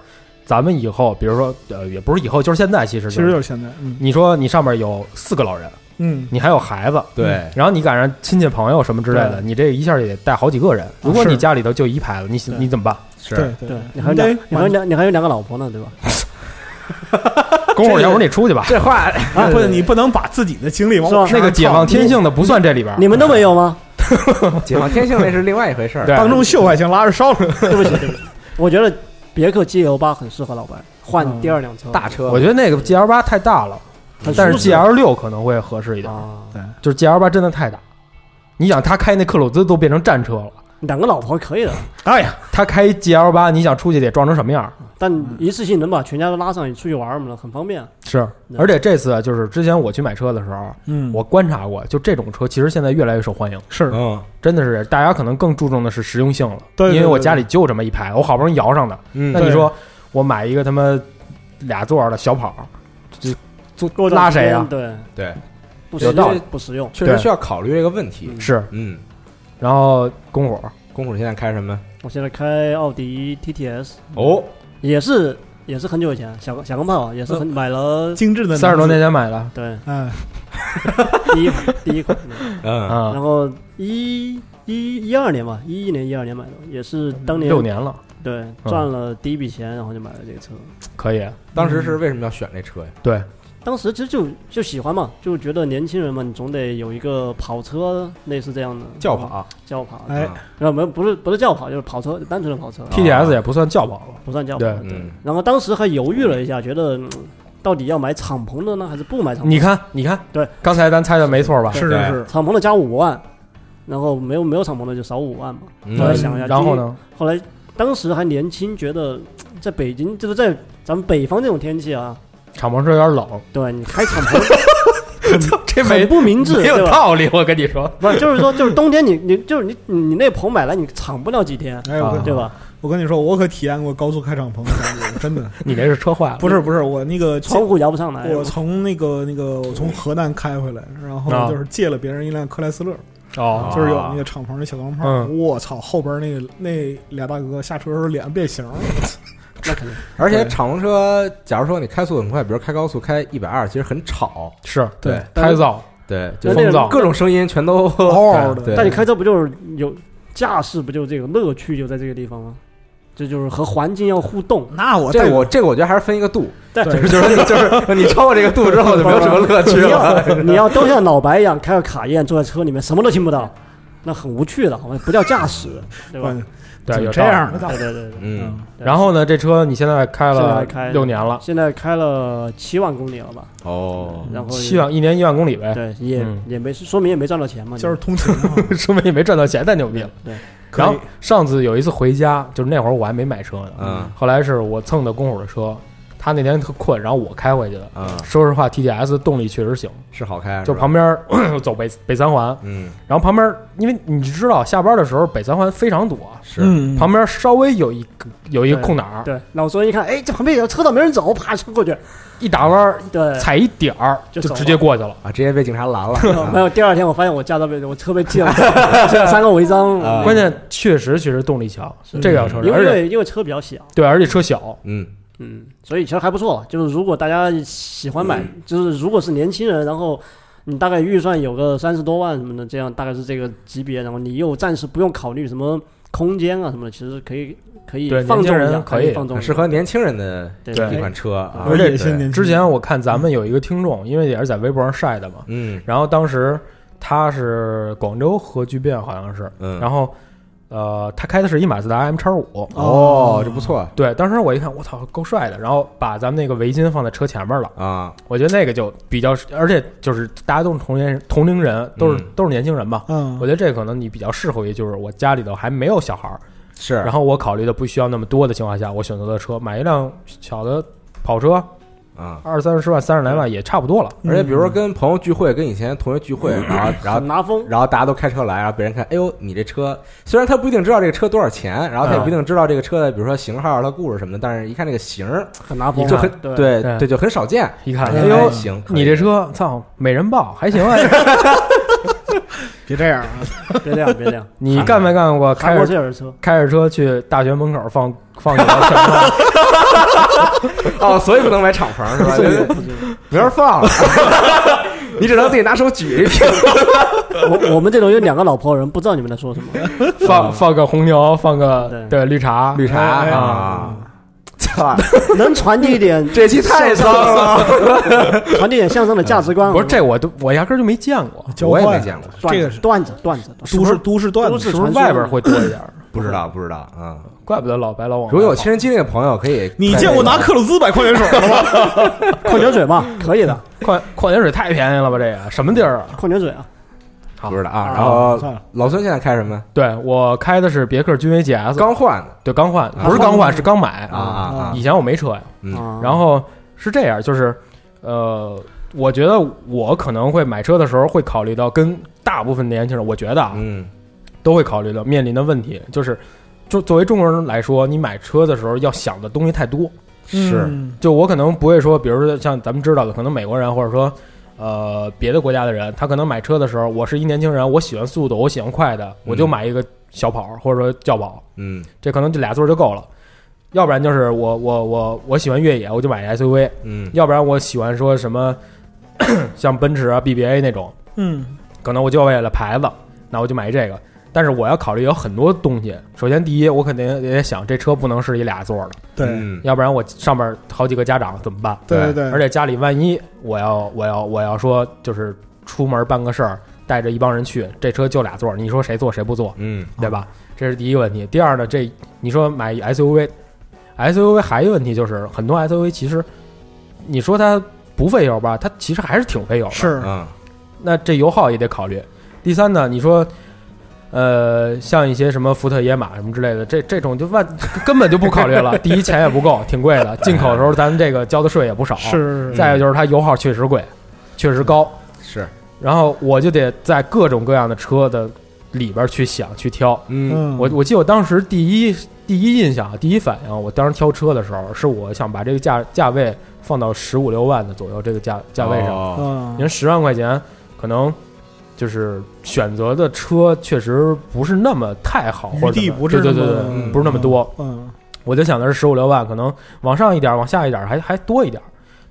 咱们以后，比如说呃，也不是以后，就是现在，其实其就实是就是现在，嗯你说你上面有四个老人，嗯，你还有孩子，对，然后你赶上亲戚朋友什么之类的，对你这一下也得带好几个人。啊如果是你家里头就一牌子，你对你怎 [LAUGHS] 么办？是对对哎对对，你还有得两，你还有满两，你还有两个老婆呢，对吧？公会儿，要不然你出去吧。这话啊，不，你不能把自己的经历往是吧我身那上个解套放天性的不算这里边儿，哎你们都没 [LAUGHS] 有吗？ [LAUGHS] 解放天性那是另外一回事儿，对当中秀还行，拉着烧了。对不起，对不起，我觉得别克 GL 八很适合老白，换第二辆车，大车，我觉得那个 G L 八太大了，很但是舒 G 适 L 六可能会合适一点。啊，就是 G L 八真的太大，你想他开那克鲁兹都变成战车了，两个老婆可以的，哎呀，他开 G L 八，你想出去得撞成什么样儿？但一次性能把全家都拉上，你出去玩儿什么的很方便。是，而且这次啊就是之前我去买车的时候，嗯，我观察过，就这种车其实现在越来越受欢迎，是嗯真的是大家可能更注重的是实用性了。对对因为我对家里就这么一排，我好不容易摇上的，嗯那你对说我买一个他妈俩座儿的小跑，这坐过段拉时间谁啊呀、对，对，不有实道理用，不实用。确实对需要考虑这个问题。是，嗯，然后公火公主现在开什么？我现在开奥迪 TTS，哦，也是也是很久以前，小钢小钢炮也是嗯很 [LAUGHS] 买了，精致的三十多男年子，前买的，对，哎，第一款第一款，嗯，啊然，后一一一二年吧，一一年一二年买的，也是当年嗯六年嗯了，对赚了第一笔钱，然后就买了这个车。可以，啊当时是为什么要选这车呀？对，当时其实就就喜欢嘛，就觉得年轻人嘛，你总得有一个跑车，类似这样的嗯轿，跑，轿跑，哎啊，然后没有不是不是轿跑，就是跑车，单纯的跑车，啊啊 TDS 也不算轿跑了，不算轿跑。对 [LAUGHS] 嗯，然后当时还犹豫了一下，觉得嗯到底要买敞篷的呢，还是不买敞篷？你看，你看，对，刚才咱猜的没错吧？是对是是，敞篷的加五万，然后没有没有敞篷的就少五万嘛。后来嗯，想一下，然后？呢？后来当时还年轻，觉得嗯在北京就是在咱们北方这种天气啊，敞篷车有点冷，对你开 [LAUGHS] 敞篷 [LAUGHS] 这很不明智，没对有吧？道理，我跟你说，不是，就是说，就是冬天你你就是你你你那棚买来你敞不了几天，哎，我跟啊对吧？我跟你说，我可体验过高速开敞篷的感觉，真 [LAUGHS] 的你那是车坏了，不是不是，我那个窗户摇不上来。我从那个那个，我从河南开回来，然后啊就是借了别人一辆克莱斯勒，哦，就是有那个敞篷的小钢炮。嗯我操，后边那个那俩大哥下车的时候脸变形了， [LAUGHS] 而且对敞篷车，假如说你开速很快，比如开高速开一百二，其实很吵，是对，胎噪，对，那就那风种噪各种声音全都嗷嗷对的。但你开车不就是有驾驶，不就这个乐趣就在这个地方吗？这就是和环境要互动。那我这代个表我这个我觉得还是分一个度，对就是就是就是你超过这个度之后就没有什么 [LAUGHS] 乐趣你了。要你要都像老白一样开个卡宴，坐在车里面什么都听不到，那很无趣的，好吧？不叫驾驶，对吧？嗯对，有这样的道理道理。对对对， [LAUGHS] 嗯，然后呢，这车你现在开现了在开六年了，现在开了七万公里了吧？哦，然嗯后七万一年一万公里呗，对，也嗯也没说明也没赚到钱嘛，就是通勤 [LAUGHS] 嘛，说明也没赚到钱，太牛逼了。对，然后上次有一次回家，就是那会儿我还没买车呢，嗯后来是我蹭的公主的车，他那天特困，然后我开回去的。啊，说实话，TDS 动力确实行，是好开，就是吧旁边儿 [COUGHS] 走北北三环，嗯然后旁边儿因为你知道下班的时候北三环非常堵啊，是嗯，旁边稍微有一个有一个对空档儿，对，老孙一看，哎，这旁边有车道没人走，啪冲过去，一打弯儿对，踩一点儿就就走了直接过去了。啊，直接被警察拦了没有，第二天我发现我驾照被我 [LAUGHS] 车被记了， [LAUGHS] 记了三个违章。啊，关键确实确实动力强，是这个要承因认，而且为因为车比较小，对，而且车小，嗯嗯，所以其实还不错。就是如果大家喜欢买，就是如果是年轻人，然后你大概预算有个三十多万什么的，这样大概是这个级别，然后你又暂时不用考虑什么空间啊什么的，其实可以可以对放年轻纵人一下，可以放纵一下，适合年轻人的对对一款车啊，有野心嗯年轻人之前我看咱们有一个听众，因为也是在微博上晒的嘛，嗯然后当时他是广州核聚变好像是，嗯，然后呃，他开的是一马自达 M 叉五，哦，这不错对，当时我一看，我操，够帅的，然后把咱们那个围巾放在车前面了，啊，我觉得那个就比较，而且就是大家都是同年同龄人，都是、嗯都是年轻人嘛。嗯我觉得这可能你比较适合于，就是我家里头还没有小孩儿，是，然后我考虑的不需要那么多的情况下，我选择的车买一辆小的跑车，啊。二三十万、三十来嗯万也差不多了。而且比如说跟朋友聚会，跟以前同学聚会，然后然后很拿风。然后大家都开车来，然后别人看，哎呦，你这车虽然他不一定知道这个车多少钱，然后他也嗯不一定知道这个车的，比如说型号、它故事什么的，但是一看这个型儿，很拿风，就很对对对对，就很少见。一看，哎哎呦，行可以你这车，操，美人豹还 [LAUGHS] 行啊！别这样啊，别这样，别这样。你干没干过韩开国着这有的车，开着车去大学门口放 [LAUGHS] 放几条小号？哦，所以不能买敞篷是吧？就是没人放， [LAUGHS] 你只能自己拿手举一瓶。我我们这种有两个老婆人，不知道你们在说什么。放放个红牛，放个对绿茶，嗯绿茶哎啊，操，能传递一点，这期太脏了，传递一点向上的价值嗯观。啊不是这我都我压根儿就没见过，交我换也没见过，段这子个是段子段子，都市都市段都子，市是不是传说外边会多一点 [LAUGHS] 儿？不知道不知道啊。怪不得老白老往如果有外跑亲身经历的朋友，可以你见过拿克鲁兹买矿泉水了吗？矿泉水嘛，可以的，矿矿泉水太便宜了吧？这个什么地儿啊？矿泉水啊，不知道啊？然后算了，老孙现在开什么？对我开的是别克君威 GS，刚换的对刚换，不是刚换是刚买啊啊啊！以前我没车呀，嗯啊然后是这样，就是呃，我觉得我可能会买车的时候会考虑到跟大部分年轻人，我觉得啊嗯都会考虑到面临的问题，就是就作为中国人来说，你买车的时候要想的东西太多。是嗯就我可能不会说，比如说像咱们知道的，可能美国人或者说呃别的国家的人，他可能买车的时候，我是一年轻人，我喜欢速度，我喜欢快的，我就买一个小跑或者说轿跑，嗯这可能就俩座就够了。要不然就是我我我我喜欢越野，我就买一 SUV；嗯要不然我喜欢说什么 [COUGHS] 像奔驰啊、BBA 那种，嗯，可能我就为了牌子，那我就买这个。但是我要考虑有很多东西。首先，第一，我肯定也得想这车不能是一俩座的，对嗯要不然我上面好几个家长怎么办？对对而对，且家里万一我要我要我要说就是出门办个事儿，带着一帮人去，这车就俩座儿，你说谁坐谁不坐，嗯对吧？这是第一个问题。第二呢，这你说买 SUV，SUV 还有一个问题就是很多 SUV 其实你说它不费油吧，它其实还是挺费油的。是嗯那这油耗也得考虑。第三呢，你说，呃，像一些什么福特、野马什么之类的，这这种就万根本就不考虑了。第一，钱也不够，挺贵的；进口的时候，咱这个交的税也不 [LAUGHS] 少。。是再有就是它油耗确实贵，确实高。是然后我就得在各种各样的车的里边去想去挑。嗯嗯，我我记得我当时第一第一印象、啊第一反应，我当时挑车的时候，是我想把这个价价位放到十五六万的左右这个价价位上。哦嗯您十万块钱，可能就是选择的车确实不是那么太好，余或者怎地么不是那对对对么对，嗯不是那么多。嗯我就想的是十五六万，可能往上一点，往下一点，还还多一点。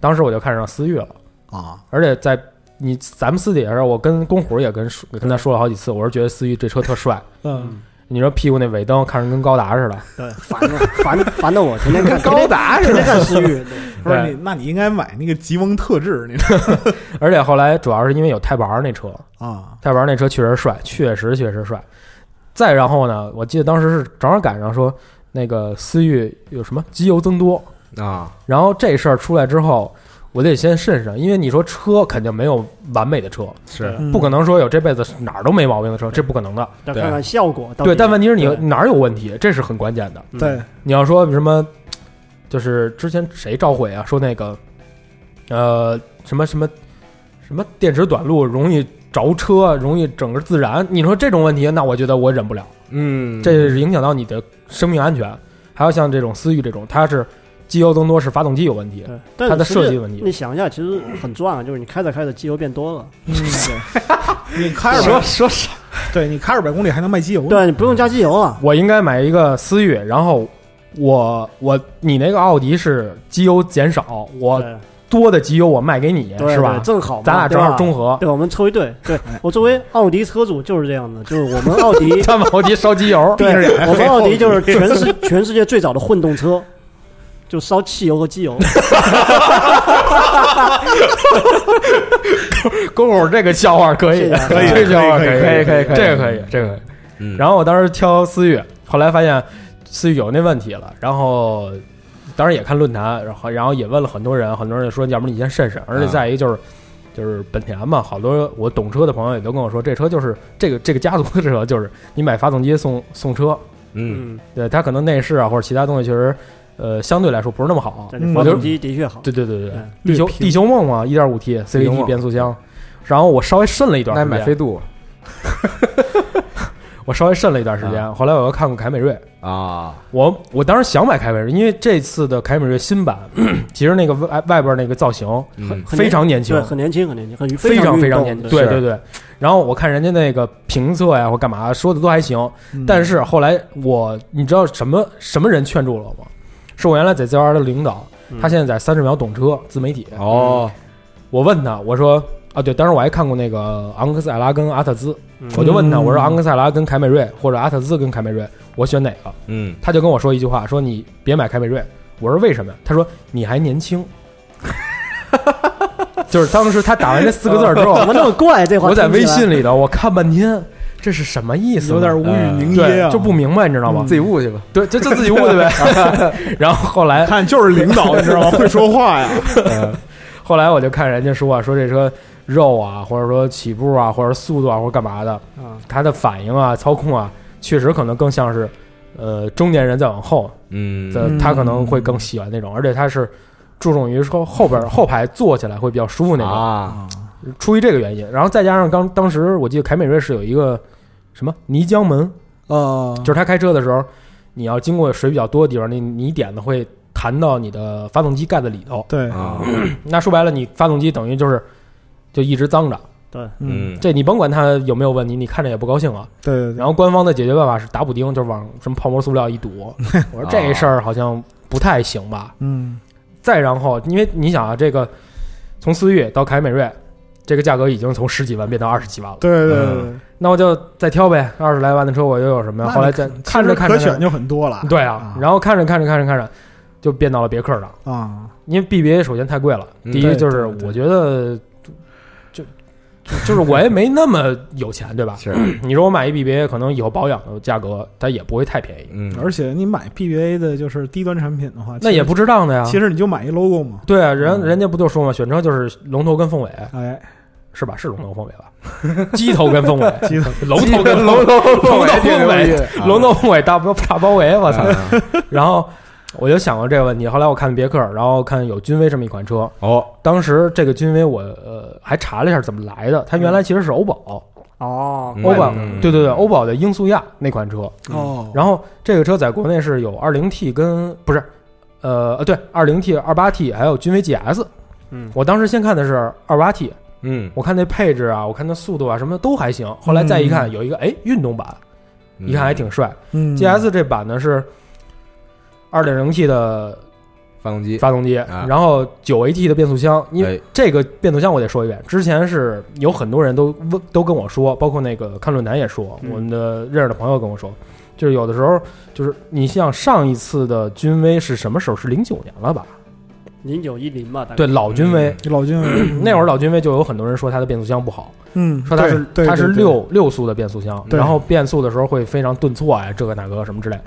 当时我就看上思域了，啊，而且在你咱们私底下的时候，我跟公虎也跟说跟他说了好几次，我是觉得思域这车特帅。嗯，你说屁股那尾灯看着跟高达似的，对，烦了，烦烦的我天天 [LAUGHS] 看高达天是天吧？看思域， [LAUGHS] 不是你，那你应该买那个吉翁特质，你知而且后来主要是因为有泰博那车，道啊，泰博那车确实帅，确实确实帅。再然后呢，我记得当时是正好赶上说那个思域有什么机油增多，啊，然后这事儿出来之后，我得先慎慎，因为你说车肯定没有完美的车，是嗯不可能说有这辈子哪儿都没毛病的车，这不可能的。要看看效果到底。对，但问题是你对哪儿有问题，这是很关键的。对，你要说什么，就是之前谁召回啊？说那个，呃，什么什么什么电池短路容易着车，啊容易整个自燃。你说这种问题，那我觉得我忍不了，嗯，这是影响到你的生命安全。还有像这种思域这种，它是机油增多是发动机有问题，对，但它的其实设计问题你想一下，其实很赚啊，就是你开着开着机油变多了，嗯 [LAUGHS] 你开着说说对你开二百公里还能卖机油呢，嗯对你不用加机油了。我应该买一个思域，然后我我你那个奥迪是机油减少，我对多的机油我卖给你，对是吧对？正好嘛，咱俩正对好吧中和。对，我们抽一 [LAUGHS] 对。对哎我作为奥迪车主就是这样的，就是我们奥 [LAUGHS] 迪，他们奥迪烧机 [LAUGHS] 油，对，我们奥迪就是全 [LAUGHS] 世全世界最早的混动车，就烧汽油和机油。功夫这个笑话可以谢谢啊，可这以个笑话可以可以，可以可以可以这个可以，这个可以。嗯然后我当时挑思域，后来发现思域有那问题了，然后当时也看论坛，然后然后也问了很多人，很多人就说，要不然你先慎慎。而且啊再一个就是。就是本田嘛，好多我懂车的朋友也都跟我说，这车就是这个这个家族的车，就是你买发动机送送车，嗯，对它可能内饰啊或者其他东西确实，呃，相对来说不是那么好。但是我发就动机的确好。嗯对对对对嗯，地球绿屏地球梦嘛，一点五 T 球梦 CVT 变速箱，然后我稍微慎了一段那时买间，飞度啊我稍微慎了一段时啊间，后来我又看过凯美瑞，啊，我我当时想买凯美瑞，因为这次的凯美瑞新版， [CLEARS THROAT] 其实那个外外边那个造型嗯很非常年轻对，，很年轻，很年轻，很非常非运常动年轻，对对对对。然后我看人家那个评测呀或干嘛说的都还行，嗯但是后来我你知道什么什么人劝住了我吗？是我原来在 ZR 的领导，嗯他现在在三十秒懂车自媒体，哦，我问他，我说啊，对，当时我还看过那个昂克赛拉跟阿特兹，嗯我就问他，我说昂克赛拉跟凯美瑞或者阿特兹跟凯美瑞，我选哪个？嗯，他就跟我说一句话，说你别买凯美瑞。我说为什么呀？他说你还年轻。 [LAUGHS] 就是当时他打完这四个字儿之怎后，么那么怪？这话我在微听起信来里头我看半天，这是什么意思呢？嗯有点无语凝噎啊，对，就不明白，你知道吗？自己悟去吧，对，就就自己悟的呗。然后后来看就是领导，你知道吗？会说话 [LAUGHS] 呀，后来我就看人家说啊，说这车肉啊，或者说起步啊，或者速度啊，或者干嘛的，啊，它的反应啊、操控啊，确实可能更像是，呃，中年人再往后嗯，的，他可能会更喜欢那种，而且他是注重于说后边后排坐起来会比较舒服那种，啊，出于这个原因，然后再加上刚当时我记得凯美瑞是有一个什么泥浆门，呃，嗯就是他开车的时候，你要经过水比较多的地方，那泥点子会弹到你的发动机盖子里 [CLEARS THROAT] 头，对，啊，那说白了，你发动机等于就是就一直脏着。嗯，嗯，这你甭管它有没有问题，你看着也不高兴啊。对对对，然后官方的解决办法是打补丁，就是往什么泡沫塑料一堵。我说这事儿好像不太行吧。嗯，再然后，因为你想啊，这个从思域到凯美瑞，这个价格已经从十几万变到二十几万了。对对对对对，那我就再挑呗，二十来万的车我又有什么呀？那后来再你看着其实看可着选呢，就很多了，对啊，然后看着看着看着看着，就变到了别克了。啊，因为 BBA 首先太贵了，嗯第一对就是对对我觉得就就就是我也没那么有钱，对吧？是，你说我买一 BBA，可能以后保养的价格它也不会太便宜，嗯，而且你买 BBA 的就是低端产品的话，那也不值当的呀。其实你就买一 logo 嘛，对啊，人人家不就说嘛，选车就是龙头跟凤尾，哎，是吧？是龙头凤尾吧？ [LAUGHS] 鸡头跟凤尾，鸡头龙头跟龙头，头啊龙头凤尾，龙头凤尾大包大包围，我操！嗯然后我就想过这个问题，后来我看别克，然后看有君威这么一款车，哦，当时这个君威我呃还查了一下怎么来的，它原来其实是欧宝，哦，嗯欧宝嗯对对对，欧宝的英速亚那款车。哦，然后这个车在国内是有二零 T 跟不是，呃呃对，二零 T、二八 T 还有君威 GS。嗯，我当时先看的是二八 T，嗯，我看那配置啊，我看那速度啊什么的都还行。后来再一看，嗯有一个哎运动版，一看还挺帅。嗯 GS 这版呢是二点零 T 的发动机，发动机，啊然后九 AT 的变速箱，因为哎这个变速箱我得说一遍，之前是有很多人都问都跟我说，包括那个看论坛也说，嗯我们的认识的朋友跟我说，就是有的时候就是你像上一次的君威是什么时候？是零九年了吧？零九一零吧，大概对老君威，老君威 [CLEARS THROAT] 那会儿老君威就有很多人说它的变速箱不好，嗯说它是对对它是对对六六速的变速箱，对然后变速的时候会非常顿挫啊呀，这个那个什么之类。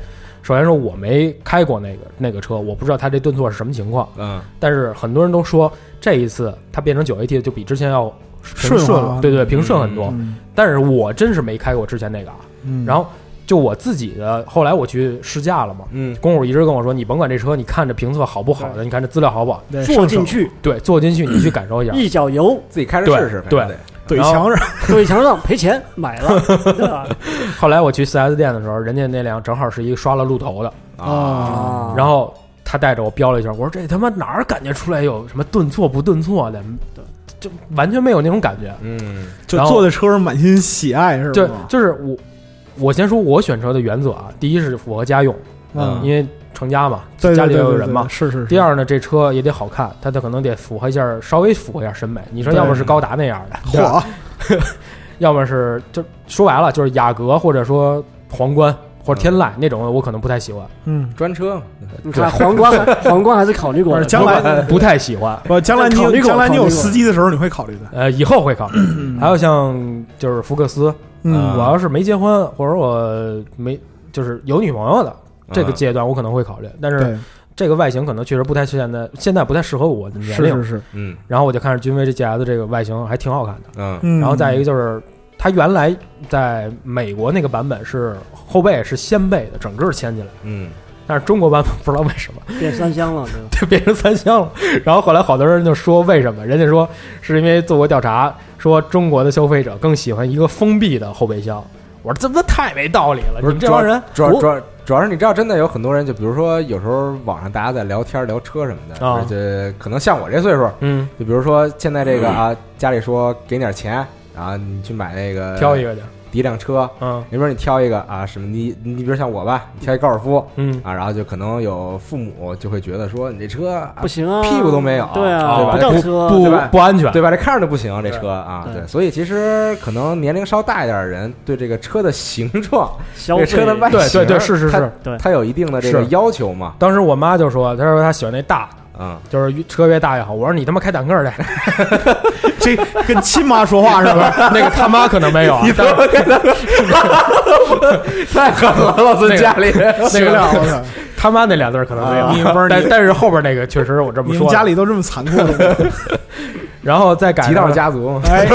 首先说我没开过那个那个车，我不知道它这顿挫是什么情况，嗯，但是很多人都说这一次它变成九 AT 就比之前要平顺滑顺，对对，平顺很多。嗯但是我真是没开过之前那个啊，嗯，然后就我自己的，后来我去试驾了嘛，嗯，公主一直跟我说，你甭管这车，你看这评测好不好的，你看这资料好不好，对坐进，去对，坐进去你去感嗯受一下。一脚油，自己开着对试试，对反正得上手然后怼墙上，怼墙上赔钱买了，对吧？后来我去 4S 店的时候，人家那辆正好是一个刷了路头的，啊，啊，然后他带着我标了一下，我说这他妈哪儿感觉出来有什么顿挫不顿挫的，就完全没有那种感觉。嗯，就然后坐在车上满心喜爱是吧？对，就是我，我先说我选车的原则啊，第一是符合家用，啊嗯，因为成家嘛，对家里对又对有对人嘛对。是是。是第，二呢，这车也得好看，它它可能得符合一下，稍微符合一下审美。你说，对要么是高达那样的，对吧嚯，要么是就说白了就是雅阁或者说皇冠或者天籁那种的，我可能不太喜欢，嗯，专车嘛，你看皇冠还皇冠还是考虑过不的是，将来不太喜欢。不，呃将来你考虑有过将来你考有虑过司机的时候，你会考虑的。呃，以后会考虑。还有像就是福克斯，嗯，我要是没结婚或者我没就是有女朋友的这个阶段，我可能会考虑。但是啊对，这个外形可能确实不太现在现在不太适合我的年是龄是。是，嗯然后我就看着君威这 GS 这个外形还挺好看的。嗯嗯，然后再一个就是。它原来在美国那个版本是后背是掀背的，整个掀起来，嗯，但是中国版本不知道为什么变三厢了，对吧？就变成三厢了。然后后来好多人就说为什么？人家说是因为做过调查，说中国的消费者更喜欢一个封闭的后备箱。我说这不太没道理了，你不是们这帮人主要我主要主要是你知道，真的有很多人，就比如说有时候网上大家在聊天聊车什么的，啊而且可能像我这岁数，嗯就比如说现在这个啊，家里说给你点钱，然后你去买那个挑一个去，一辆车，嗯你比如你挑一个啊什么，你你比如像我吧，你挑一高尔夫嗯，啊，然后就可能有父母就会觉得说你这车啊不行啊，屁股都没有对对啊，吧不叫车，不呃对吧不安全，对吧？这看着都不行，这车啊，对对，所以其实可能年龄稍大一点的人对这个车的形状、消这费个车的外对形，对对是是它是，对它有一定的这个是要求嘛，当时我妈就说，她说她喜欢那大的。嗯，就是越车越大越好。我说你他妈开坦克儿去，这跟亲妈说 [LAUGHS] 话是吧？那个他妈可能没 [LAUGHS] 有啊，但是太狠了，老孙那个家里，那不了 [LAUGHS] 个了，他妈那俩字儿可能没啊你有不是， [LAUGHS] 但你但是后边那个确实我这么你说们的。家里都这么残酷的吗，然后再改 [LAUGHS] 极上道家族嘛， [LAUGHS] 哎，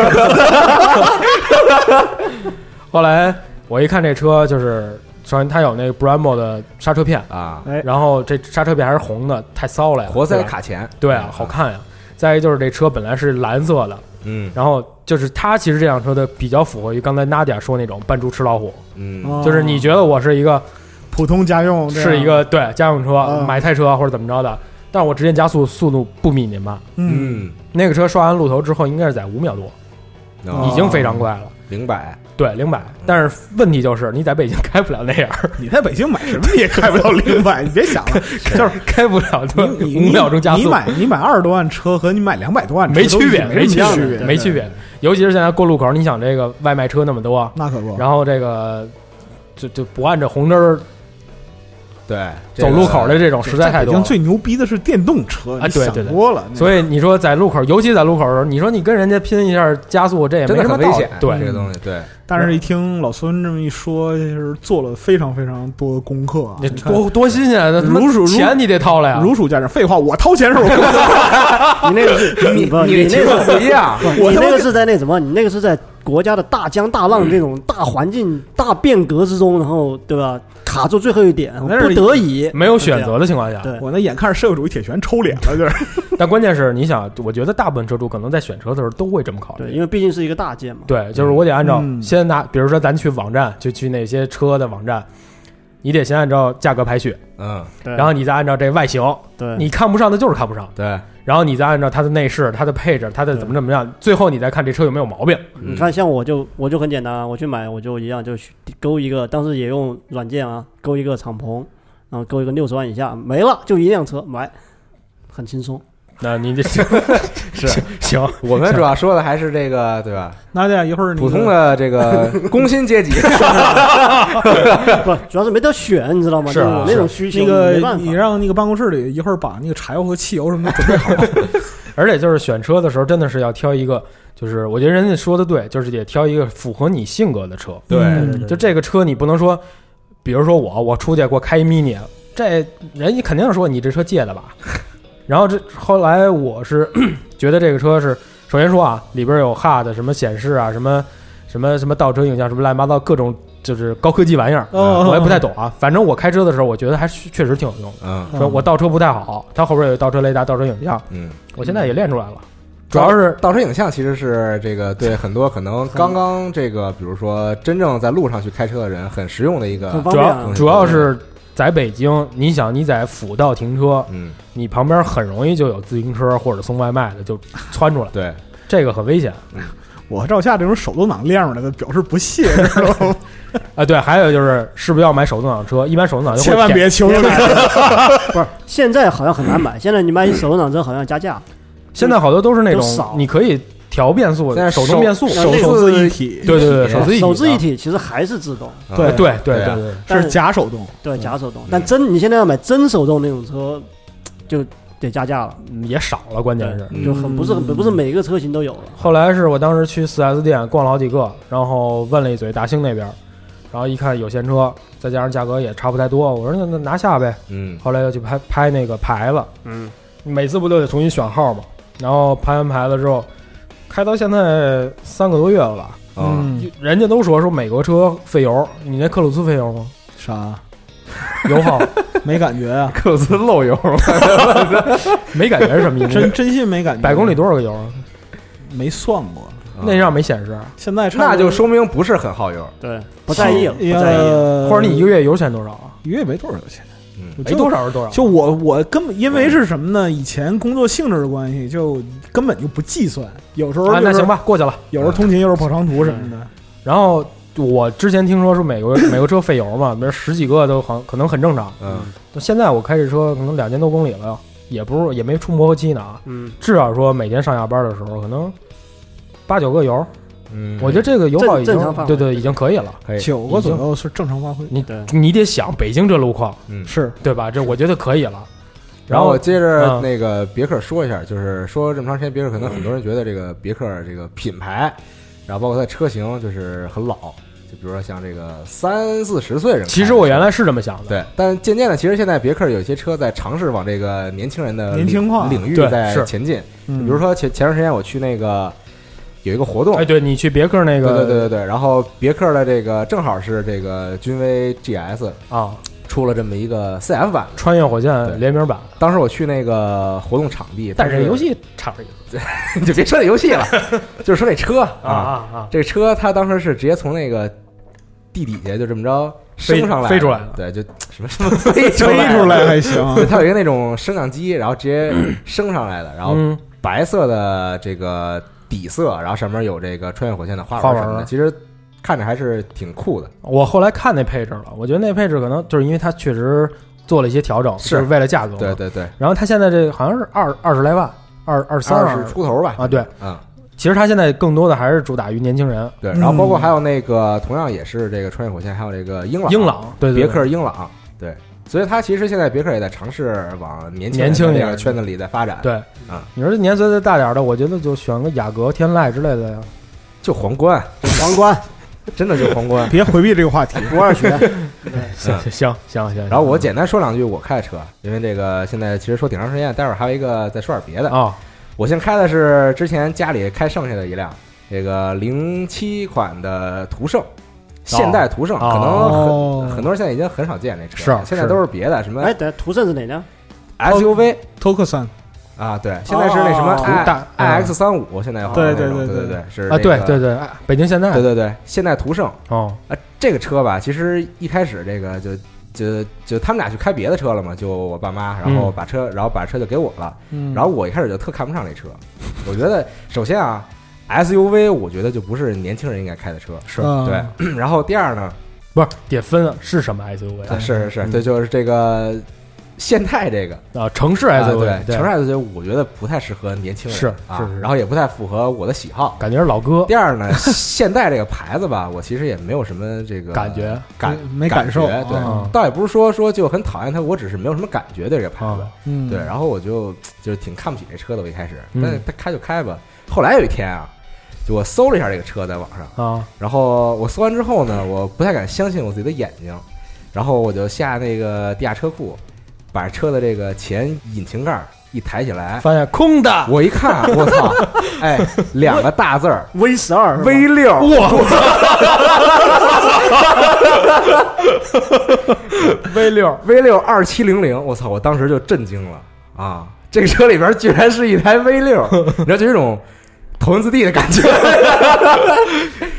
后来我一看这车，就是首先它有那个 Brembo 的刹车片，啊，哎然后这刹车片还是红的，太骚了呀！活塞对吧，卡钳，对啊，好，看呀。再一个就是这车本来是蓝色的，嗯然后就是它其实这辆车的比较符合于刚才 Nadia 说那种扮猪吃老虎，哦嗯，就是你觉得我是一个普通家用啊这样是一个对家用车、嗯买菜车或者怎么着的，但是我直线加速速度不比您慢。嗯，嗯，那个车刷完路头之后，应该是在五秒多，哦已经非常快了。零百，对，零百，但是问题就是你在北京开不了那样，你在北京买什么你也开不了零百，你别想 [LAUGHS] 了，就是开不了那你你五秒钟加你速，买你买二十多万车和你买两百多万车没区别，都是没一区样的别，没区。别。尤其是现在过路口，你想这个外卖车那么多，那可不，然后这个就就不按着红灯儿对，这走个路口的这种实在太北多京了。最牛逼的是电动车，啊你对对对想多了，所以你说在路口，尤其在路口的时候，你说你跟人家拼一下加速，这也真没的什么很道危理险，。对这，个东西，对，但是，一听老孙这么一说，就是做了非常非常多的功课啊你。你看多啊多新鲜啊！那他妈如数如钱你得掏了呀。如数家珍，废话，我掏钱是 [LAUGHS] 我公司你那个是你不你你那这个个是不一样，我你他妈那个是在那什么？你那个是在国家的大江大浪这种大环境大变革之中，然后对吧？卡住最后一点，那是不得已没有选择的情况下，对我那眼看着社会主义铁拳抽脸了，就是 [LAUGHS] 但关键是你想，我觉得大部分车主可能在选车的时候都会这么考对，虑。因为毕竟是一个大件嘛。对，就是我得按照嗯先拿，比如说咱去网站，就去那些车的网站，你得先按照价格排序，嗯，对，然后你再按照这外形，对你看不上的就是看不上，对，然后你再按照它的内饰、它的配置、它的怎么怎么样，最后你再看这车有没有毛病。你你看，像我就我就很简单啊，我去买我就一样，就去勾一个，当时也用软件啊，勾一个敞篷，然后勾一 [LAUGHS] 个六十万以下没了，就一辆车买，很轻松。那你这 [LAUGHS] 是行，我们主要说的还是这个，对吧？那家一会儿你普通的这 [LAUGHS] 个工薪阶级， [LAUGHS] 不，主要是没得选，你知道吗？是就啊我那种需求，那没个办你法。让那个办公室里一会儿把那个柴火和汽油什么的 [LAUGHS] 准备好，而且就是选车的时候，真的是要挑一个，就是我觉得人家说的对，就是得挑一个符合你性格的车。对嗯就这个车，你不能说，比如说我，我出去给我开一 mini，这人家肯定说你这车借的吧。然后这后来我是 [COUGHS] 觉得这个车是，首先说啊，里边有 HUD 什么显示啊，什么什么什么倒车影像，什么乱七八糟各种就是高科技玩意儿，哦我也不太懂啊。反正我开车的时候，我觉得还是确实挺有用的。嗯说我倒车不太好，它后边有倒车雷达、倒车影像，嗯，我现在也练出来了。主要是倒车影像其实是这个对很多可能刚刚这个，比如说真正在路上去开车的人很实用的一个很，方主便要啊。主要是在北京，你想你在辅道停车，嗯，你旁边很容易就有自行车或者送外卖的就窜 [LAUGHS] 出来，对，这个很危险我和赵夏这种手动挡练出来的表示不屑，知道吗啊。对，还有就是是不是要买手动挡车？一般手动挡就会千万便别求助。不是，现在好像很难买。现在你买手动挡车好像加价，现在好多都是那都少种你可以调变速现在，手动变速，手 [LAUGHS] 动手自一体对对对，手手自自一体手自一体其实还是自动，对对对对对啊对，但是假手 [LAUGHS] 动，对假手动。但真你现在要买真手动那种车，就得加价了，嗯也少了，关键是。就很不是很不是每个车型都有了。后来是我当时去 4S 店逛了好几个，然后问了一嘴达兴那边，然后一看有现车，再加上价格也差不太多，我说那那拿下呗。嗯后来又去拍拍那个牌子，嗯，每次不都得重新选号嘛？然后拍完牌子之后，开到现在三个多月了吧？啊，人家都说说美国车费油，你那克鲁兹费油吗？啥油耗没感觉啊？ [LAUGHS] 克鲁兹漏油， [LAUGHS] 没感觉是什么意思？真真心没感觉。百公里多少个油啊？没算过，啊那上没显示，啊现在差不多哦那就说明不是很耗油，对，不在意了，不在意了。呃，或者你一个月油钱多少啊？一个月没多少钱，嗯我没就多。少是多少？啊就我我根本因为是什么呢？以前工作性质的关系，就根本就不计算。有时候、啊，那行，吧，嗯过去了。有时候通勤，有时候跑长途什么的。然后我之前听说是美国美国车费油嘛，比如十几个都好可能很正常。嗯，现在我开这车可能两千多公里了，也不是也没出磨合期呢啊。嗯，至少说每天上下班的时候可能八九个油，嗯，我觉得这个油耗已正正常范经围对对已经可以了。可以，九个左右是正常发挥，你对你得想北京这路况嗯。是对吧？这我觉得可以了。然然后我后接着嗯那个别克说一下，就是说这么长时间别克，可能很多人觉得这个别克这个品牌，然后包括它的车型就是很老，就比如说像这个三四十岁人开的车。其实我原来是这么想的，对，但渐渐的，其实现在别克有一些车在尝试往这个年轻人的年领轻化领域对在是前进。嗯比如说前前段时间我去那个有一个活动，哎，对你去别克那对个对对对对，然后别克的这个正好是这个君威 GS 啊，出了这么一个 CF 版。穿越火对线联名版，当时我去那个活动场地，但它是游戏差点意思 [LAUGHS] 就别说那游戏 [LAUGHS] 了，就是说那车啊啊啊！这车它当时是直接从那个地底下就这么着升上来，飞飞出来了对，就什么什么 [LAUGHS] 飞出来 [LAUGHS] 飞了出来还行。。[LAUGHS] 对，它有一个那种升降机，然后 [CLEARS THROAT] 直接升上来的，然后嗯，白色的这个底色，然后上面有这个穿越火线的花花纹纹什么的，儿其实看着还是挺酷的。我后来看那配置了，我觉得那配置可能就是因为它确实做了一些调整，是就是为了价格嘛。对对对，然后它现在这好像是二二十来万，二二三二十出头吧，啊，对，嗯其实它现在更多的还是主打于年轻人，对，然后包括还有那个同样也是这个穿越火线，还有这个英朗英朗，对对别对克英朗，对。所以它其实现在别克也在尝试往年轻人年轻的一那点个圈子里在发展，，对啊。你说这年岁再大点儿的，我觉得就选个雅阁、天籁之类的呀。就皇冠，皇冠、真的就皇冠别回避这个话 [LAUGHS] 题，博尔学，行行行行。然后我简单说两句我开的车，因为这个现在其实说挺长时间，待会儿还有一个再说点别的。啊，我先开的是之前家里开剩下的一辆，这个零七款的途胜，现代途胜，哦可能哦很很多人现在已经很少见这车了，是现在都是别的什 [LAUGHS] 么哎，等下途胜是哪辆？ SUV 托克三啊，对，现在是那什么哦 I 哦大 IX 三五，现在有好多对那种对对对对，是啊，那对个对对，哎北京现代对对对，现代途胜哦，啊，这个车吧，其实一开始这个就就就他们俩去开别的车了嘛，就我爸妈，然后嗯把车，然后把车就给我了。嗯然后我一开始就特看不上这车，我觉得首先啊，SUV 我觉得就不是年轻人应该开的车，是嗯啊对。然后第二呢，不是得分啊是什么 SUV 啊啊是是是，嗯这就是这个现代这个啊，城市哎 SUV，、对城市 SUV，我觉得不太适合年轻人，是啊是是然后也不太符合我的喜好。感觉是老哥第二呢， [LAUGHS] 现代这个牌子吧，我其实也没有什么这个感觉嗯感没没感受觉对啊，倒也不是说说就很讨厌它，我只是没有什么感觉对这个牌子啊。嗯，对，然后我就就是挺看不起这车的，我一开始，嗯但是它开就开吧。后来有一天啊，就我搜了一下这个车在网上，啊，然后我搜完之后呢，我不太敢相信我自己的眼睛，然后我就下那个地下车库，把车的这个前引擎盖一抬起来，发现空的， [LAUGHS] 我一看，我操，哎，两个大字儿 V 十二 V 六， [LAUGHS] 我 V 六 V 六二七零零，我操，我当时就震惊了啊！这个车里边居然是一台 V 六， [LAUGHS] 你知道，就有一种头文字 D 的感觉。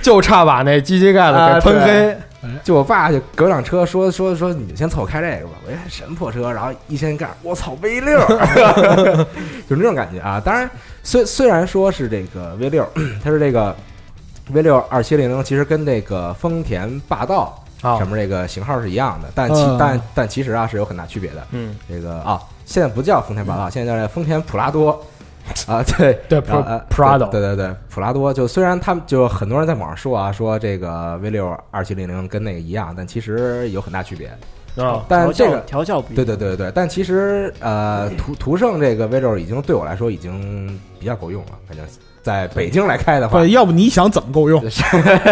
就差把那机器盖啊子给喷黑，就我爸就隔辆车说说说你先凑合开这个吧，我说什么破车，然后一掀盖，我操 V 六， [LAUGHS] 就是那种感觉啊。当然，虽虽然说是这个 V 六， [CLEARS THROAT] 它是这个 V 六二七零零，其实跟这个丰田霸道啊什么这个型号是一样的，但其嗯但但其实啊是有很大区别的。嗯，这个啊，现在不叫丰田霸嗯道，现在叫丰田普拉多。啊，对对然后呃 Pro- Prado 对对对，普拉多。就虽然他们就很多人在网上说啊，说这个 V 六二七零零跟那个一样，但其实有很大区别。啊，但这个，调校不一对样对对对对，但其实呃，途途胜这个 V 六已经对我来说已经比较够用了，反正在北京来开的话，对，要不你想怎么够用？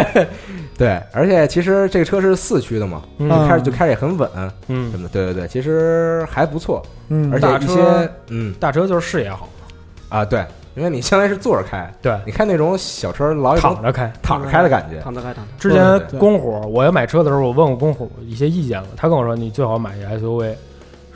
[LAUGHS] 对，而且其实这个车是四驱的嘛，嗯就开始就开始也很稳嗯，什么的，对对对，其实还不错，嗯，而大且一些车嗯大车就是视野好，啊对，因为你相当于是坐着开，对，你看那种小车老有种躺着开。躺着开的感觉，躺得开，躺得之对前对公虎，我要买车的时候，我问过公虎一些意见了，他跟我说你最好买一个 SUV，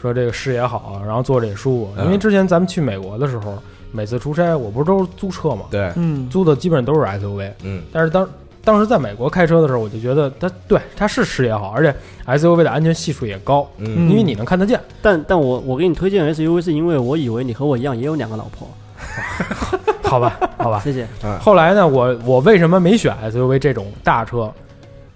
说这个视野好，然后坐着也舒服。嗯因为之前咱们去美国的时候，每次出差我不是都是租车嘛，对，嗯，租的基本上都是 SUV。嗯但是当当时在美国开车的时候，我就觉得它对它是视野好，而且 SUV 的安全系数也高，嗯因为你能看得见。但但我我给你推荐 SUV 是因为我以为你和我一样也有两个老婆，好吧，好啊吧。谢谢。后来呢，我我为什么没选 SUV 这种大车？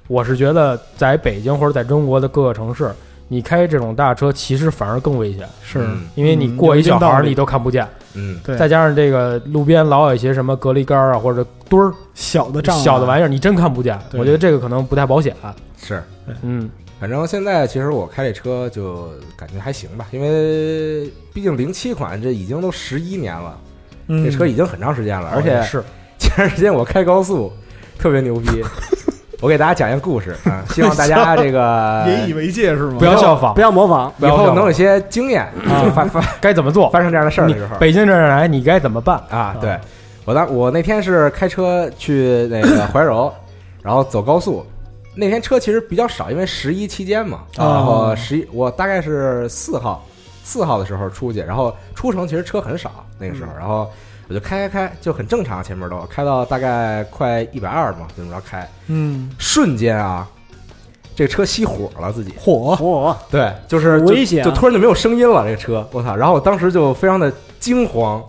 我是觉得在北京或者在中国的各个城市，你开这种大车其实反而更危险，是，因为你过一小孩嗯有一定道儿理你都看不见，嗯对再加上这个路边老有一些什么隔离杆儿啊或者墩儿小的障碍，小的玩意儿，你真看不见。啊对我觉得这个可能不太保险。是，嗯，反正现在其实我开这车就感觉还行吧，因为毕竟零七款这已经都十一年了，嗯，这车已经很长时间了，而哦且哦是 [LAUGHS] 前段时间我开高速特别 [LAUGHS] 牛逼，我给大家讲一个故事啊，希望大家这个引以为戒是吗？不要效仿不，要啊模仿，以后能有些经验，就发发该怎么做？发生这样的事儿你的时候北京这儿来，你该怎么办？啊，对我当我那天是开车去那个怀柔，然后走高速。那天车其实比较少，因为十一期间嘛，哦然后十一我大概是四号，四号的时候出去，然后出城其实车很少那个时候，嗯然后我就开开开就很正常，前面都开到大概快一百二嘛，怎么着开，嗯，瞬间啊，这车熄火了自己，火，我对，就是就哦危险啊哦就突然就没有声音了，这个车，我操！然后我当时就非常的惊慌，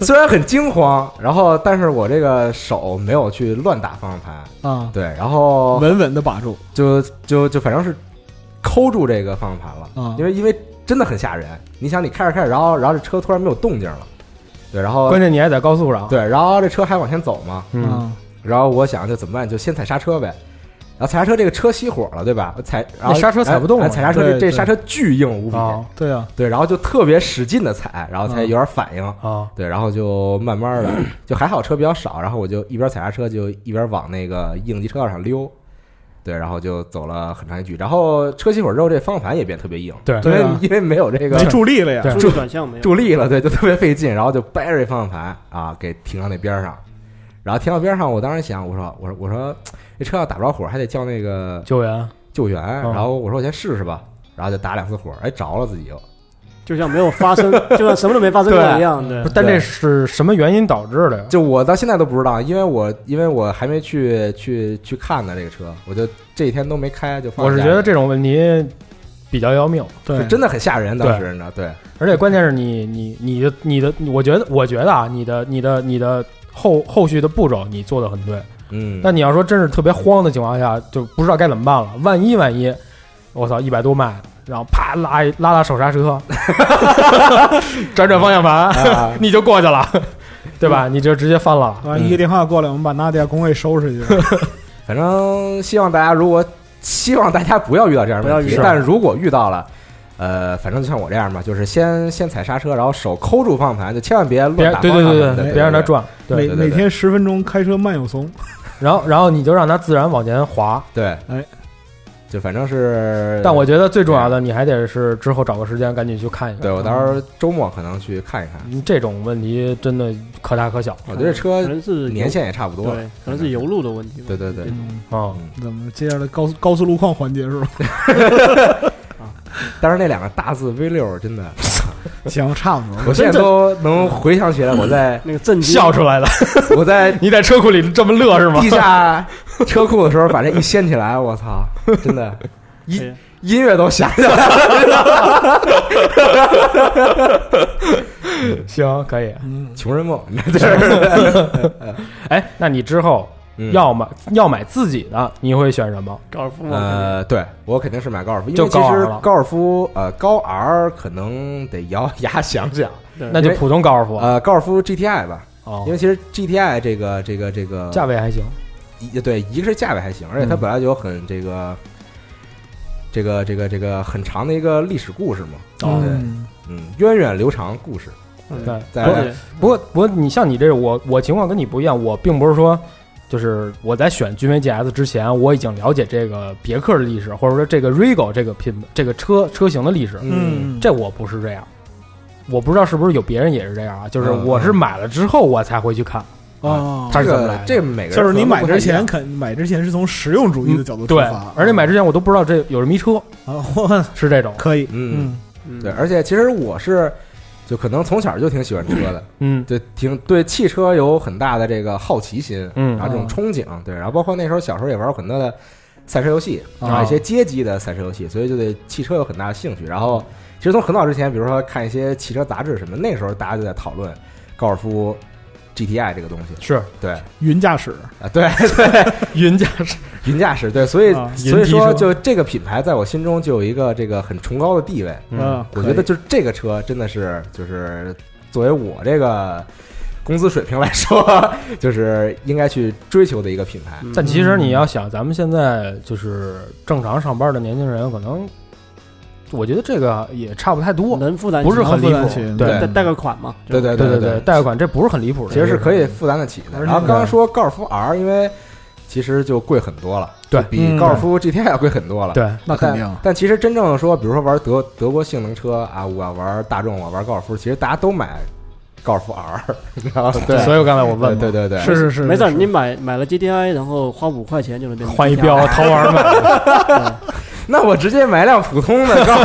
虽然很惊慌，然后但是我这个手没有去乱打方向盘，啊，对，然后稳稳的把住就就就反正是抠住这个方向盘了，啊，因为因为真的很吓人。你想，你开着开着，然后然后这车突然没有动静了，对，然后关键你还在高速上。，对，然后这车还往前走嘛，嗯，啊，然后我想就怎么办，就先踩刹车呗。然后踩刹车，这个车熄火了，对吧？我踩，然那后刹车踩不动哎了踩刹车这对这对刹车巨硬无比，啊对啊，对，然后就特别使劲的踩，然后才有点反应，啊，对，然后就慢慢的，就还好车比较少，然后我就一边踩刹车就一边往那个应急车道上溜，对，然后就走了很长一距，然后车熄火之后，这方向盘也变特别硬，对因对为啊因为没有这个没助力了呀，对注意转向没有？助力了，对，就特别费劲，然后就掰着这方向盘啊给停到那边上，然后停到边上，我当时想，我说我说我说这车要打不着火，还得叫那个救援啊救援，然后我说我先试试吧，然后就打两次火，哎着了自己又，就像没有发 [LAUGHS] 生，就像什么都没发生过一样。对不，是，但对啊这是什么原因导致的呀？就我到现在都不知道，因为我因为我还没去去去看呢这个车，我就这几天都没开，就放我是假觉得这种问题比较要命，就对，真的很吓人，当时你知道对，而且关键是你你你的你的，我觉得我觉得啊，你的你的你的后后续的步骤你做的很对，嗯，但你要说真是特别慌的情况下，就不知道该怎么办了。万一万一，我操，一百多迈，然后啪拉一拉拉手刹 [LAUGHS] 车，转转方向嗯啊盘，你就过去了，对吧？你就直接翻了。啊，一嗯个电话过来，我们把纳迪亚工位收拾去。反正希望大家如果希望大家不要遇到这样的问题，不要遇到但如果遇到了，呃，反正就像我这样吧，就是先先踩刹车，然后手抠住方向盘，就千万别别乱打对方对向盘对对，别让它。转。对，每 [LAUGHS] 对对每天十分钟开车慢有怂，然后然后你就让它自然往前滑。对，哎，就反正是，但我觉得最重要的，你还得是之后找个时间赶紧去看一看。对我到时候周末可能去看一看。嗯这种问题真的可大可小我觉得可这车能是年限限也差不多了对，，可能是油路的问题吧。对对对这种嗯啊。嗯怎么接下来高速高速路况环节是 [LAUGHS] 吧？但是那两个大字 V 六 [LAUGHS] 真的，行，差不多。我现在都能回想起来，[LAUGHS] 我在那个震惊笑出来了，我在你在车库里这么乐是吗？地下车库的时候把这一掀起来，我操，真的，哎音呀音乐都响起 [LAUGHS] 来了。 [LAUGHS] 行，可以。穷人梦， [LAUGHS] 这是哎，那你之后嗯要买要买自己的，你会选什么？高尔夫嘛，肯呃，对我肯定是买高尔夫，因就为其高 R 实了高尔夫呃高 R 可能得咬 [LAUGHS] 牙想想，定那就普通高尔夫。啊呃高尔夫 GTI 吧，哦因为其实 GTI 这个这个这个价位还行，一对一个是价位还行，嗯而且它本来就有很这个这个这个这个很长的一个历史故事嘛，哦嗯，嗯，源远流长故事，对对。嗯在而且不过不过，你像你这个我我情况跟你不一样，我并不是说。就是我在选君威 GS 之前，我已经了解这个别克的历史，或者说这个 Rigo 这个品这个车车型的历史。嗯，这我不是这样，我不知道是不是有别人也是这样啊？就是嗯我是买了之后我才会去看，哦，它这是怎么来个的这每个人就是你买之可能前都肯买之前是从实用主义的角度出嗯对发，，嗯而且买之前我都不知道这有这么一车啊，我是这种，可以，不太一样，嗯。嗯，对，而且其实我是就可能从小就挺喜欢车的，嗯对，挺对汽车有很大的这个好奇心，嗯然后这种憧憬，对，然后包括那时候小时候也玩过很多的赛车游戏，啊啊，一些街机的赛车游戏，所以就对汽车有很大的兴趣。然后其实从很早之前，比如说看一些汽车杂志什么，那时候大家就在讨论高尔夫 GTI 这个东西，是对，云驾驶，啊，对 [LAUGHS] 对，云驾驶，云驾驶，对，所以啊所以云机说车就这个品牌在我心中就有一个这个很崇高的地位，嗯，我觉得就是这个车真的是就是作为我这个工资水平来说， [LAUGHS] 就是应该去追求的一个品嗯牌。但其嗯实你要想，咱们现在就是正常上班的年轻人，可能我觉得这个也差不太多，能负担不是起很离能负担谱起。对贷贷个款嘛？对嗯对对对对，贷款这不是很离谱的，其实是可以负担得起的。而且然后刚刚说高尔夫 R，因为其实就贵很多了，对就比嗯高尔夫 GTI 要贵很多了。对那肯定但。但其实真正说，比如说玩德德国性能车啊，我玩大众，我玩高尔夫，其实大家都买高尔夫 R，你知道吗？对，所以我刚才我问嘛，对对对，是是是，没事儿，是你买买了 GTI，然后花五块钱就能变成换一 GTI 标，淘玩买，那我直接买辆普通的高尔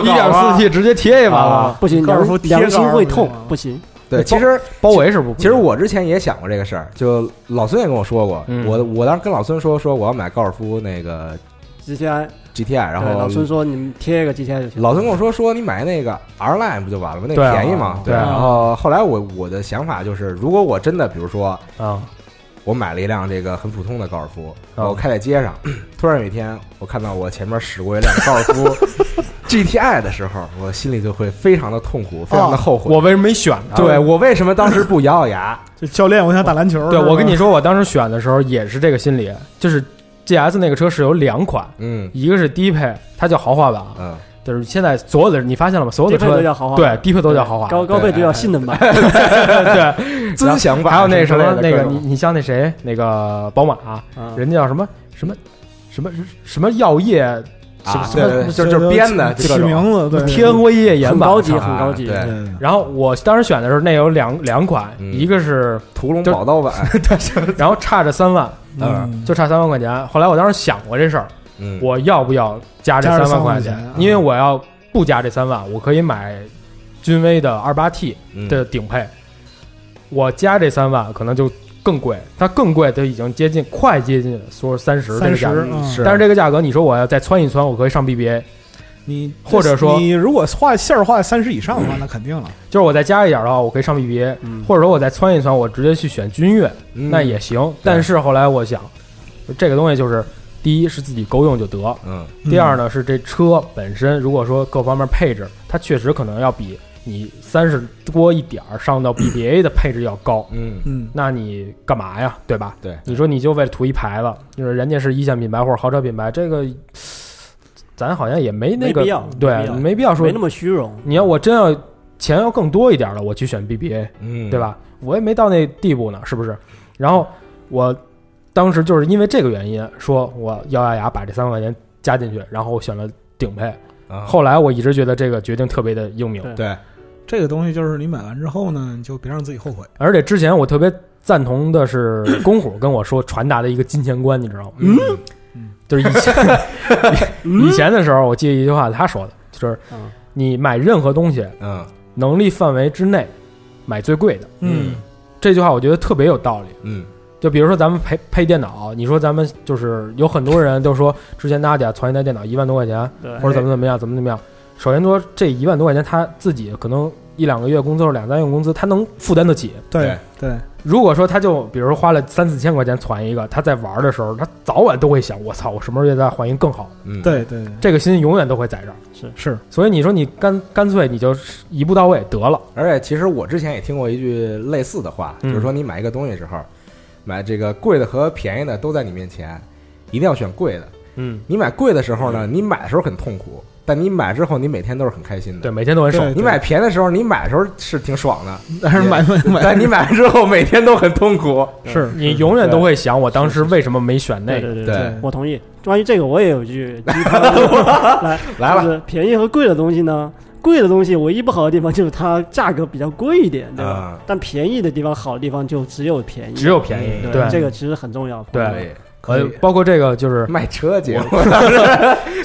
[LAUGHS] 不一好点吗，四 T 直接贴一把啊了，，不行，高尔夫贴良良高心尔夫会痛那啊个，不行。对，其实包嗯围是不？其实我之前也想过这个事儿，就老孙也跟我说过，嗯我我当时跟老孙说说我要买高尔夫那个 GTI， GTI，然对后老孙说你们贴一个 GTI 就行。老孙跟我说说你买那个 R Line 不就完了吗？那对啊便宜嘛。对啊然后后来我我的想法就是，如果我真的比如说啊，我买了一辆这个很普通的高尔夫，啊我开在街上，突然有一天我看到我前面驶过一辆高尔夫 GTI 的时候，我心里就会非常的痛苦，非常的后悔。啊哦我为什么没选呢？对我为什么当时不咬咬牙？就教练，我想打篮球。对，是吧我跟嗯你，说，我当时选的时候也是这个心理，就是 GS 那个车是有两款，嗯一个是低配，它叫豪华版，啊嗯，就是现在所有的你发现了吗？所有低的配车都叫豪华，对，哎低配都叫豪华，高高配都叫性能版。 [LAUGHS] 对，尊享版还有那什之类么的那各个种你你像那谁那个宝马啊，啊人家叫什么什么什么什么药业什么啊，什对么 [LAUGHS] 对，对就这就是都编的，就起各起种啊名字，对，天辉夜研很版，高级，我操很高级。对对然后我当时选的时候，那有两两款，嗯一个 [LAUGHS] 是，屠龙宝刀版，然后差着三万，嗯就差三万块钱。后来我当时想过这事儿，嗯，我要不要加这加这万块3万块钱嗯因为我要不加这三万，我可以买君威的二八 T 嗯的顶配。我加这三万，可能就更贵，它更贵，它已经接近快接近说三十这三个十价格。嗯是但是这个价格，你说我要再窜一窜，我可以上 BBA，你或者说嗯你如果画线儿画三十以上的话，那肯定了。就是我再加一点的话，我可以上 BBA，、嗯或者说我再窜一窜，我直接去选君越，嗯那也行。但是后来我想，这个东西就是第一是自己够用就得，嗯，第二呢是这车本身，如果说各方面配置，它确实可能要比你三十多一点儿上到 BBA 的配置要高，嗯嗯，那你干嘛呀？对吧？对你说你就为了图一牌子，就是人家是一线品牌或者豪车品牌，这个咱好像也没那个没必要没对必，要没必要说没那么虚荣。你要我真要钱要更多一点了，我去选 BBA，嗯，对？吧？我也没到那地步呢，是不是？然后我当时就是因为这个原因，说我咬咬牙把这三万块钱加进去，然后我选了顶配。啊，后来我一直觉得这个决定特别的英明，对对，这个东西就是你买完之后呢，你就别让自己后悔。而且之前我特别赞同的是公虎跟我说传达的一个金钱观，你知道吗？嗯，就是以前 [LAUGHS] 以前的时候，我记得一句话他说的，就是嗯你买任何东西，嗯能力范围之内买最贵的。嗯，这句话我觉得特别有道理。嗯就比如说咱们配配电脑，你说咱们就是有很多人都说之前大家攒一台电脑一万多块钱，对，或者怎么怎么样，怎么怎么样。首先说这一万多块钱他自己可能一两个月工资或者两三个月工资，他能负担得起。对对，如果说他就比如说花了三四千块钱攒一个，他在玩的时候，他早晚都会想，我操，我什么时候再换一个更好的？嗯，对对对，这个心永远都会在这儿。是所以你说你干干脆你就一步到位得了，而且其实我之前也听过一句类似的话，嗯就是说你买一个东西的时候，买这个贵的和便宜的都在你面前，一定要选贵的。嗯，你买贵的时候呢，你买的时候很痛苦，但你买之后你每天都是很开心对，的。每天都很爽对。你买便宜的时候，你买的时候是挺爽的，但是买买买但你买完之后每天都很痛苦。是你永远都会想，我当时为什么没选那对个？对对对对我同意。关于这个，我也有一句鸡汤 [LAUGHS] 来来吧就是便宜和贵的东西呢，贵的东西唯一不好的地方就是它价格比较贵一点，对吧？啊但便宜的地方好的地方就只有便宜，只有便宜，对嗯对这个其实很重要。对可以，可呃以，包括这个就是，卖车节目，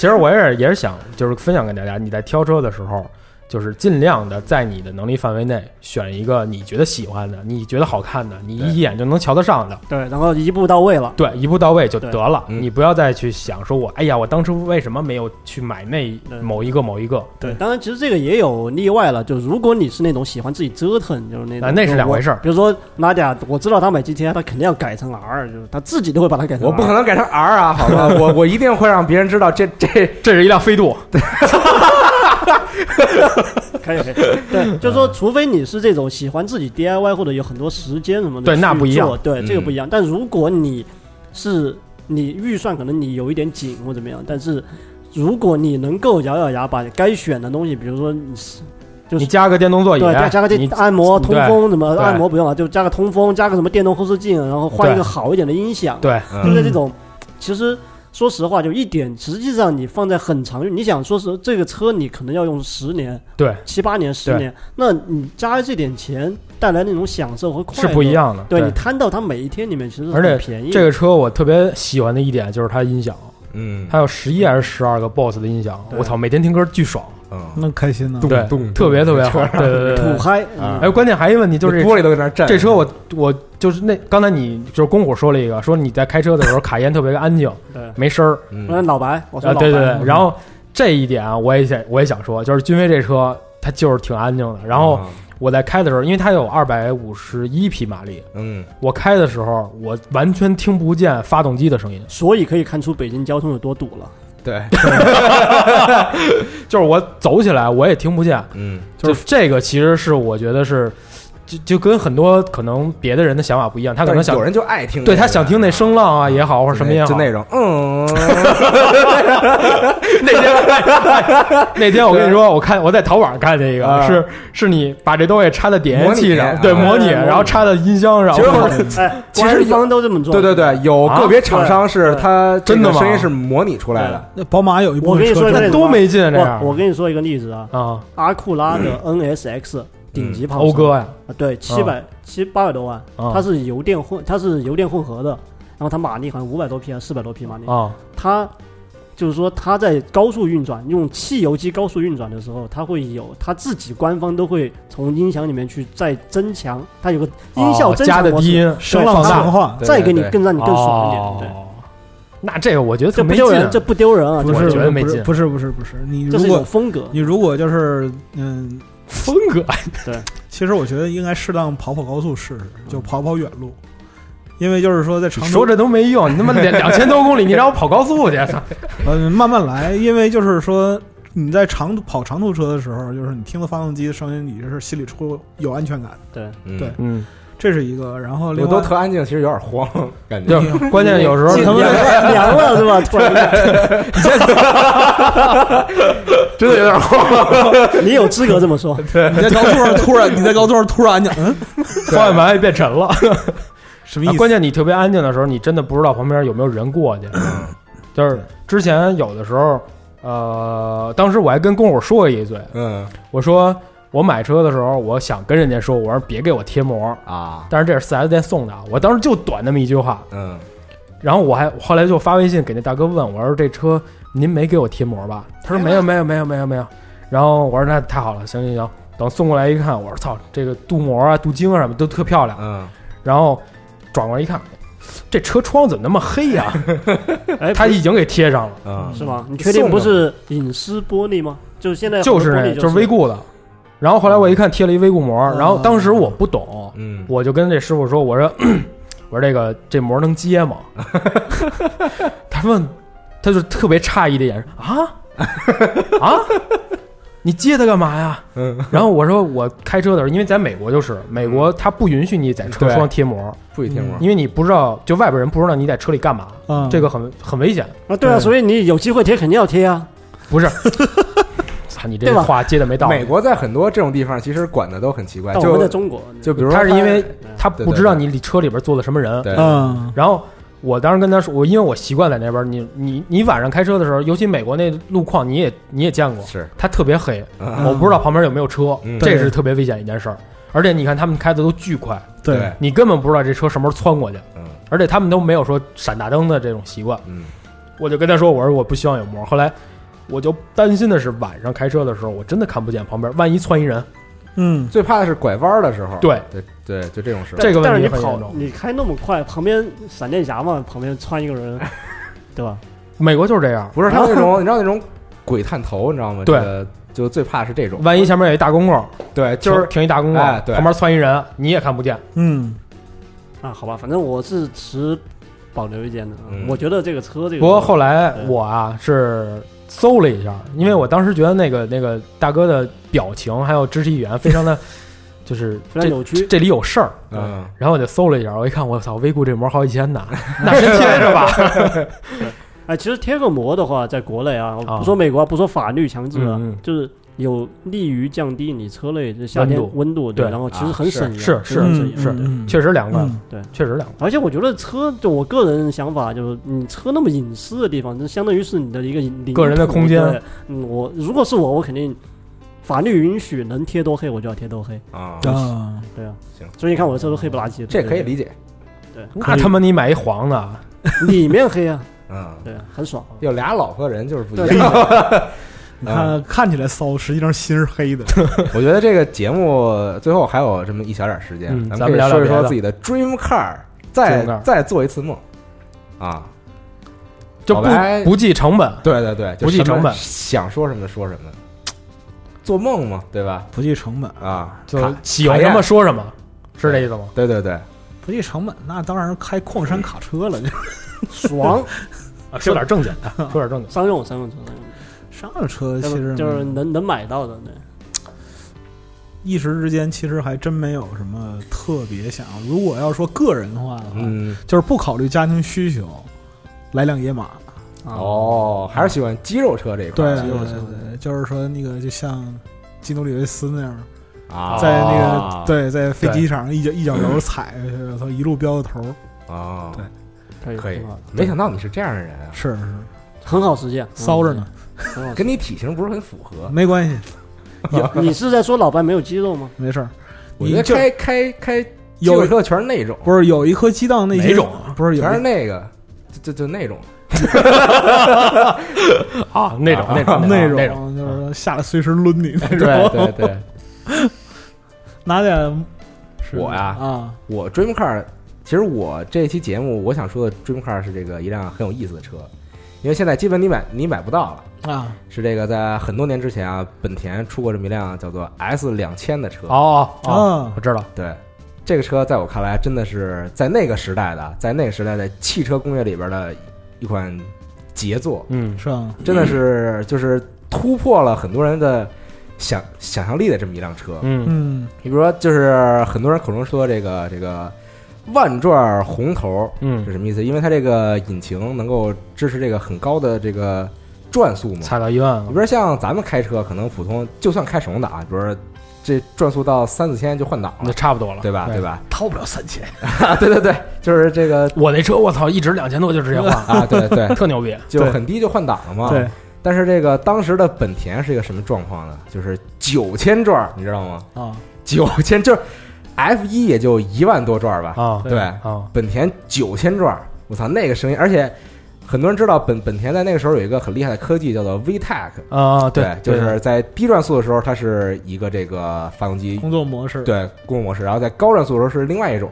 其实我也是也是想就是分享给大家，你在挑车的时候，就是尽量的在你的能力范围内选一个你觉得喜欢的、你觉得好看的、你一眼就能瞧得上的，对，然后一步到位了。对，一步到位就得了。对嗯你不要再去想说我，哎呀，我当初为什么没有去买那对某一个某一个？对，当然其实这个也有例外了。就如果你是那种喜欢自己折腾，就是那种啊那是两回事儿比如说拉贾，我知道他买 GTI，他肯定要改成 R，就是他自己都会把它改成 R。我不可能改成 R 啊，好吧，我我一定会让别人知道这这哎这是一辆飞度，可以可以，对，就嗯是说，除非你是这种喜欢自己 DIY 或者有很多时间什么的，对那不一样，对，这个嗯不一样。但如果你是你预算可能你有一点紧或怎么样，但是如果你能够咬咬牙把该选的东西，比如说你是就是你加个电动座椅，对加加个这你按摩通对风什么对按摩不用了，就加个通风，加个什么电动后视镜，然后换一对个好一点的音响，对，嗯就是这种，其实说实话，就一点，实际上你放在很长，你想说是这个车，你可能要用十年，对，七八年、十对年，那你加这点钱带来那种享受和快是乐不一。样的。对你摊到它每一天里面，其实是而且很便宜的。这个车我特别喜欢的一点就是它音响，嗯它有十一还是十二个 BOSS 的音响，对我操，每天听歌巨爽，嗯，那开心呢。对，特别特别好，对对对对土对。嗨，啊哎，关键还有一个问题就是玻璃都在那儿震。这车我我就是那刚才你就是公虎说了一个，说你在开车的时候卡烟特别安静，嗯没声儿，嗯对，我说老白，我说啊老白，对对对。然后这一点啊，我也想我也想说，就是君威这车它就是挺安静的。然啊后我在开的时候，因为它有二百五十一匹马力，嗯我开的时候我完全听不见发动机的声音，所以可以看出北京交通有多堵了。对就是我走起来我也听不见。嗯就是这个，其实是我觉得是，就就跟很多可能别的人的想法不一样，他可能但是想有人就爱听那个，对他想听那声浪啊也好，或或者什么也好。就那种 [LAUGHS] 嗯，那 [LAUGHS] 天那天我跟你说，我看我在淘宝上看见一个，啊是是你把这东西插在点烟器模上，拟对，啊模拟，哎对模拟然后插到音箱上其，实或我者哎，其实官方都这么做。对对，对，有啊个别厂商是对它这真的个吗声音是模拟出来的，那宝马有一部我跟分你说车一真个那的例子多没劲啊！这样嗯我我跟你说一个例子啊，啊，阿库拉的 NSX 顶级跑车欧哥呀，啊，对，七百七八百多万，啊它是油电混，它是油电混合的，然后它马力好像五百多匹还是四百多匹马力，啊，它就是说它在高速运转，用汽油机高速运转的时候，它会有它自己官方都会从音响里面去再增强，它有个音效哦增加强的模低式，音声放浪大强化，对再给你对更让你更爽一点，对。哦那这个我觉得这特不没丢劲人，啊，这不丢人啊！不这是我觉得没不是劲不是不是不是，你这如是一种果风格，你如果就是嗯，风格哎其实我觉得应该适当跑跑高速试试，就跑跑远路。因为就是说在长说途，这都没用，你他妈两两千多公里，你让我跑高速去？操呃，慢慢来，因为就是说你在长途跑长途车的时候，就是你听到发动机的声音，你是心里出有安全感，对，嗯对嗯，这是一个。然后我另都外特安静，其实有点慌，感觉就关键有时候他们 [LAUGHS] 凉了是吧？突然，真的有点慌。 [LAUGHS] 你有资格这么说。你在高速上突然，你在高速上突然就嗯， [LAUGHS] 方向盘也变沉 [LAUGHS] 了。啊什么意思？关键你特别安静的时候，你真的不知道旁边有没有人过去。嗯就是之前有的时候，呃，当时我还跟工友说了一嘴， [LAUGHS] 嗯我说我买车的时候，我想跟人家说，我说别给我贴膜，啊，但是这是四 S 店送的啊，我当时就短那么一句话，嗯然后我还后来就发微信给那大哥问我说：“这车您没给我贴膜吧？”他说：“没有，没有，没有，没有，没有。”然后我说：“那太好了，行行行。”等送过来一看，我说：“操，这个镀膜啊、镀晶啊什么都特漂亮。嗯，”然后转过来一看，这车窗怎么那么黑呀、哎，他已经给贴上了，嗯是吗？你确定不是隐私玻璃吗？就是现在就是很多玻那，璃就是是微固的。然后后来我一看贴了一微固膜，然后当时我不懂，嗯，我就跟这师傅说：“我说， [CLEARS THROAT] 我说这个这膜能接吗？”他问，他就特别诧异的眼神啊啊，你接它干嘛呀？嗯，然后我说我开车的时候，因为在美国就是美国，它不允许你在车窗贴膜，不许贴膜，因为嗯你不知道，就外边人不知道你在车里干嘛，啊，这个很很危险。啊，对啊，对所以你有机会贴肯定要贴啊。不是， [LAUGHS] 操你这对吧话接的没道啊理。美国在很多这种地方其实管的都很哎奇怪，但我们在就中国，就比如说他是因为嗯他对不对知道对你里车里边坐的什么人，对嗯然后我当时跟他说，我因为我习惯在那边，你你你晚上开车的时候，尤其美国那路况，你也你也见过，是它特别黑，嗯啊我不知道旁边有没有车，嗯这对是特别危险一件事儿。而且你看他们开的都巨快，对，你根本不知道这车什么时候窜过去，嗯而且他们都没有说闪大灯的这种习惯。嗯我就跟他说，我说我不希望有膜。后来我就担心的是晚上开车的时候，我真的看不见旁边，万一窜一人，嗯，最怕的是拐弯的时候，对对对，就这种时候，这个问但是题你很严跑，重。你开那么快，旁边闪电侠嘛，旁边穿一个 [LAUGHS] 人，对吧？美国就是这样，不是他那 [LAUGHS] 种，你知道那种鬼探头，你知道吗？对这个，就最怕是这种，嗯万一前面有一大公共，对，就就是是停一大公共，哎对旁边窜一人，你也看不见。嗯，啊，好吧，反正我是持保留意见的。啊嗯我觉得这个车这个，不过后来对我啊是搜了一下，因为我当时觉得那个那个大哥的表情还有肢体语言非常的，就是非常这扭曲，这里有事儿。嗯然后我就搜了一下，我一看，我操，微固这膜好几千呢，那真贴着吧？哎，其实贴个膜的话，在国内啊，啊不说美国啊，不说法律强制啊，嗯嗯就是有利于降低你车内的夏天温度温度，对，对然后其实啊很省油，是是真的嗯很省油是嗯确实凉快，嗯确实凉快。而且我觉得车，就我个人想法，就是你车那么隐私的地方，这相当于是你的一个领个人的土空间。对嗯，我如果是我，我肯定法律允许能贴多黑我就要贴多黑，啊，啊，对啊。行所以你看我的车都黑不拉几的，这可以理解，解，那啊他妈你买一黄的啊，里面黑啊，嗯，对啊，[LAUGHS] 很爽。有俩老婆人就是不一对样。你看看起来骚，实际上心是黑的。 [LAUGHS] 我觉得这个节目最后还有这么一小点时间，嗯咱们可咱以们聊说聊一别说的自己的 dream car，再 dream car 再做一次梦啊！就好不吧不计成本。对对对，就不计什么成本想说什么就说什么，做梦嘛，对吧？不计成本，啊，就卡喜欢什么说什么，是这意思吗？对对对，不计成本，那当然开矿山卡车了，就爽，啊，说点正经的， [LAUGHS] 说点正经。商用商用车，商用上了车其车实就是嗯能能买到的，对，一时之间其实还真没有什么特别想。如果要说个人的话的话，嗯，就是不考虑家庭需求，来辆野马。哦，还是喜欢肌肉车这一块对儿，对对，对就是说那个就像基努里维斯那样，啊，在那个、啊对在飞机场一脚一脚油踩下去，我操一路飙到头。啊，对可以可以挺好的，没想到你是这样的人啊，是是，很好 [LAUGHS] 实现，嗯骚着呢，很好实现。跟你体型不是很符合。没关系， [LAUGHS] 你是在说老白没有肌肉 [LAUGHS] 吗？没事儿。我觉得你就开开开肌有肉车全是那种，不是有一颗鸡蛋那些哪种啊不是有全是一那个，就就就 [LAUGHS] 那种。啊，那种那种那种那种种，就是下来随时抡你那种。啊对对对， [LAUGHS] 拿点是我呀啊，我 dream car，其实我这期节目我想说的 dream car 是这个一辆很有意思的车，因为现在基本你买你买不到了。啊，是这个在很多年之前啊，本田出过这么一辆叫做 S 两千的车。哦哦，啊我知道，对，这个车在我看来真的是在那个时代的，在那个时代的汽车工业里边的一款杰作。嗯，是吧？真的是就是突破了很多人的想想象力的这么一辆车。嗯嗯你比如说，就是很多人口中说这个这个万转红头嗯是，什么意思？因为它这个引擎能够支持这个很高的这个转速嘛。踩到一万你了比如，说像咱们开车，可能普通就算开手动挡，比如说这转速到三四千就换挡那了，差不多了，对吧？对对？吧？掏不了三千，啊， [LAUGHS] 对对对，就是这 [LAUGHS] 个我那车我操，一直两千多就直接换了，啊，对对，特牛逼。 [LAUGHS] 就很低就换挡了嘛。对，但是这个当时的本田是一个什么状况呢？就是九千转，你知道吗？啊，九千就是 F 一也就一万多转吧。啊对，啊，本田九千转，我操，那个声音，而且很多人知道本本田在那个时候有一个很厉害的科技叫做 VTEC。啊，就是在低转速的时候，它是一个这个发动机工作模式，对工作模式，然后在高转速的时候是另外一种，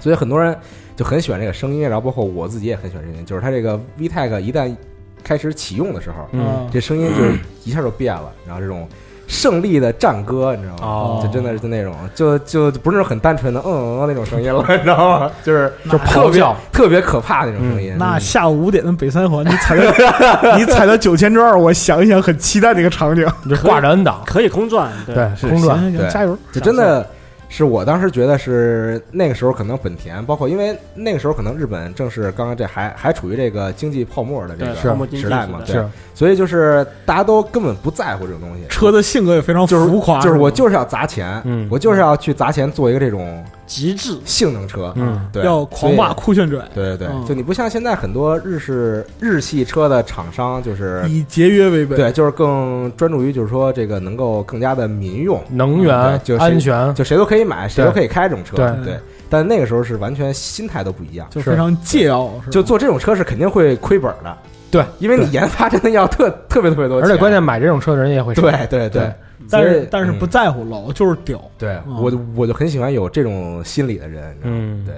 所以很多人就很喜欢这个声音，然后包括我自己也很喜欢这个声音，就是它这个 VTEC 一旦开始启用的时候，嗯啊，这声音就是一下就变了，然后这种胜利的战歌，你知道吗？哦就真的是就那种，就就不是那种很单纯的嗯嗯嗯那种声音了， [LAUGHS] 你知道吗？就是就特咆别哮，特别可怕的那种声音。那下午五点的北三环，你踩 [LAUGHS] 到你踩到九千转，我想一想，很期待那个场景。啊你就挂着 N 档，可以空转，对，对，行空转，行行对加油！就真的是我当时觉得是那个时候可能本田，包括因为那个时候可能日本正是刚刚这还还处于这个经济泡沫的这对泡沫个经济时代嘛，时对，所以就是大家都根本不在乎这种东西，车的性格也非常浮夸，就是我就是要砸钱，嗯我就是要去砸钱做一个这种极致。性能车，嗯，对，要狂所霸以。酷炫拽，对对嗯对，就你不像现在很多日式日系车的厂商，就是以节约为本。对，就是更专注于就是说这个能够更加的民用，能源嗯对就是安全，就谁都可以买，谁对都可以开这种车，对对。但那个时候是完全心态都不一样，就非常桀骜，是吧就做这种车是肯定会亏本的，对，因为你研发真的要特特别特别多而钱，且关键买这种车的人也会少对对对对，但所是以但是嗯啊不在乎老就是屌，对嗯我就我就很喜欢有这种心理的人，你知道吗嗯对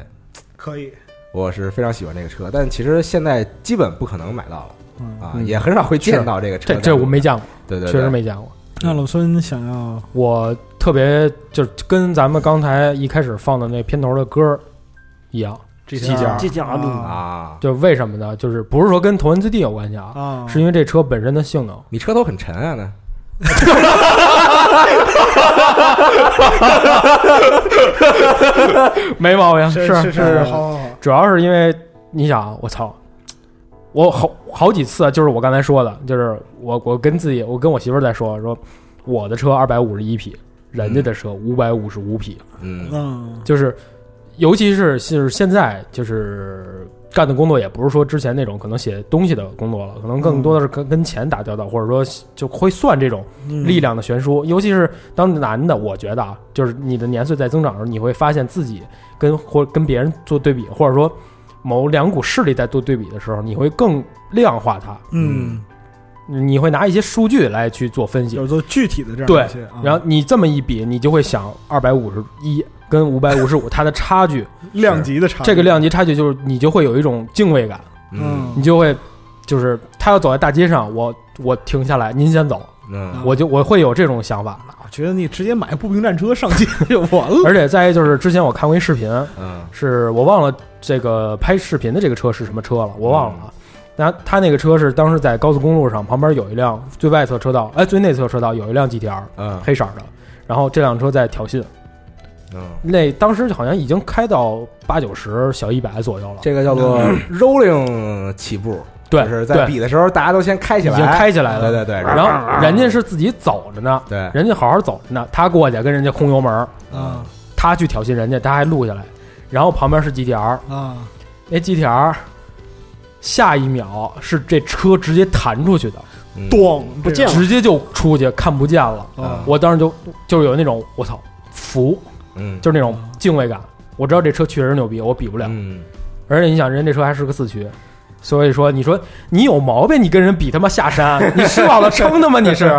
可以，我是非常喜欢这个车，但其实现在基本不可能买到嗯了啊，嗯也很少会见到这个这车在路上，这我没见过，对对，确实对没见过。那老孙想要我特别就是跟咱们刚才一开始放的那片头的歌儿一样， GTR 这叫路，啊啊，就为什么呢？就是不是说跟头文字 D 有关系啊，啊是因为这车本身的性能。你车头很沉啊，那没毛病，啊是是是，好好好，主要是因为你想啊，我操，我好好几次啊，就是我刚才说的，就是我我跟自己，我跟我媳妇儿在说，说我的车二百五十一匹，人家的车五百五十五匹，嗯嗯，就是尤其是就是现在就是干的工作也不是说之前那种可能写东西的工作了，可能更多的是跟跟钱打交道，或者说就会算这种嗯力量的悬殊。尤其是当男的，我觉得啊，就是你的年岁在增长的时候，你会发现自己跟或跟别人做对比，或者说某两股势力在做对比的时候，你会更量化它，嗯，你会拿一些数据来去做分析有。做具体的这样对一些啊然后你这么一比，你就会想二百五十一跟五百五十五它的差距，量级的差，这个，量级差距就是你就会有一种敬畏感，嗯你就会就是他要走在大街上，我我停下来，您先走，嗯我就我会有这种想法。我觉得你直接买步兵战车上街就完了，而且再一就是之前我看过一视频，嗯是我忘了这个拍视频的这个车是什么车了，我忘了嗯啊。那他那个车是当时在高速公路上，旁边有一辆最外侧车道，哎，最内侧车道有一辆 GTR 嗯黑色儿的，然后这辆车在挑衅，嗯，那当时好像已经开到八九十、小一百左右了，这个叫 [CLEARS THROAT] 做 rolling 起步，对就是在对比的时候大家都先开起来，已经开起来了，对对对，然后人家是自己走着呢，对，嗯人家好好走着呢，他过去跟人家轰油门儿，啊他去挑衅人家，他还录下来，然后旁边是 GTR，啊，那 GTR 下一秒是这车直接弹出去的，嗯咣，不见了直接就出去看不见了。啊我当时就就是有那种我操服，嗯，就是那种敬畏感。我知道这车确实牛逼，我比不了。嗯，而且你想，人这车还是个四驱，所以说你说你有毛病，你跟人比他妈下山，你吃饱了撑的吗？你 [LAUGHS] 是？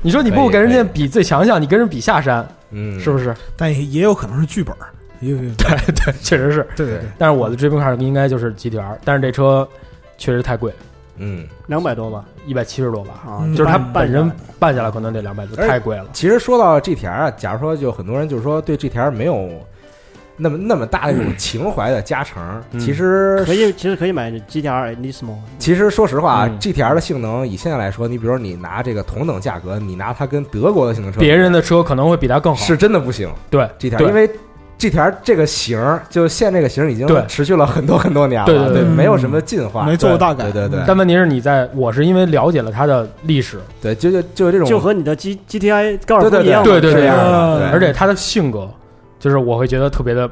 你说你不跟人家比最强项，你跟人比下山，嗯，是不 [LAUGHS] 是？但也也有可能是剧本儿，也有对确实是。对对，但是我的 dream car 应该就是 GTR，但是这车确实太贵，嗯，两百多吧，一百七十多吧，啊，嗯就是它半本身半办价下来可能得两百多，而且太贵了。其实说到 GTR 啊，假如说就很多人就是说对 GTR 没有那么那么大的这种情怀的加成，嗯其实可以，其实可以买 GTR Nismo，其实说实话、嗯 g t r 的性能以现在来说，你比如说你拿这个同等价格，你拿它跟德国的性能车比，别人的车可能会比它更好，是真的不行。对 GTR，对因为 GTR 这个型儿，就现这个型儿已经对持续了很多很多年了，对对对没有什么进化，没做过大改，对对对但问题是你在我是因为了解了它的历史，对，就就就这种，就和你的 G GTI 高尔对夫对一样嘛，对对这样的，嗯对而且它的性格，就是我会觉得特别的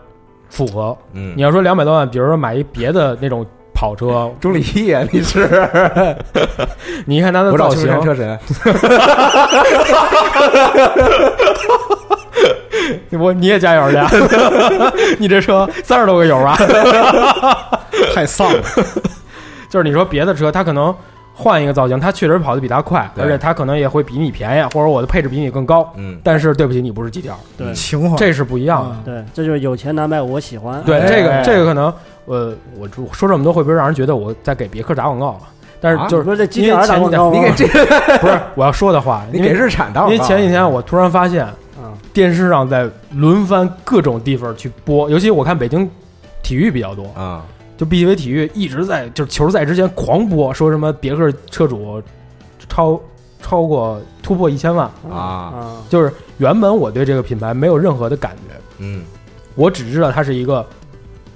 符合。嗯你，要说两百多万，比如说买一别的那种跑 [LAUGHS] 车，钟礼义啊，你是你一看它的我找造青型，山车神，我你也加油去， [LAUGHS] 你这车三十多个油啊！嗯太丧了。就是你说别的车，它可能换一个造型，它确实跑得比它快，对而且它可能也会比你便宜，或者我的配置比你更高。嗯，但是对不起，啊你不是 GTR，对情怀这是不一样的。嗯对，这就是有钱难买我喜欢，对哎这个这个可能，呃，我说说这么多会不会让人觉得我在给别克打广告了？但是啊就是不是在因为 GTR 打前几广天告吗你？给这 [LAUGHS] 个，不是我要说的话， [LAUGHS] 你因给为日产当，因为前几天我突然发现嗯，电视上在轮番各种地方去播，尤其我看北京体育比较多，啊，就 BTV 体育一直在就是球赛之前狂播，说什么别克车主超超过突破一千万，啊，啊，就是原本我对这个品牌没有任何的感觉，嗯我只知道它是一个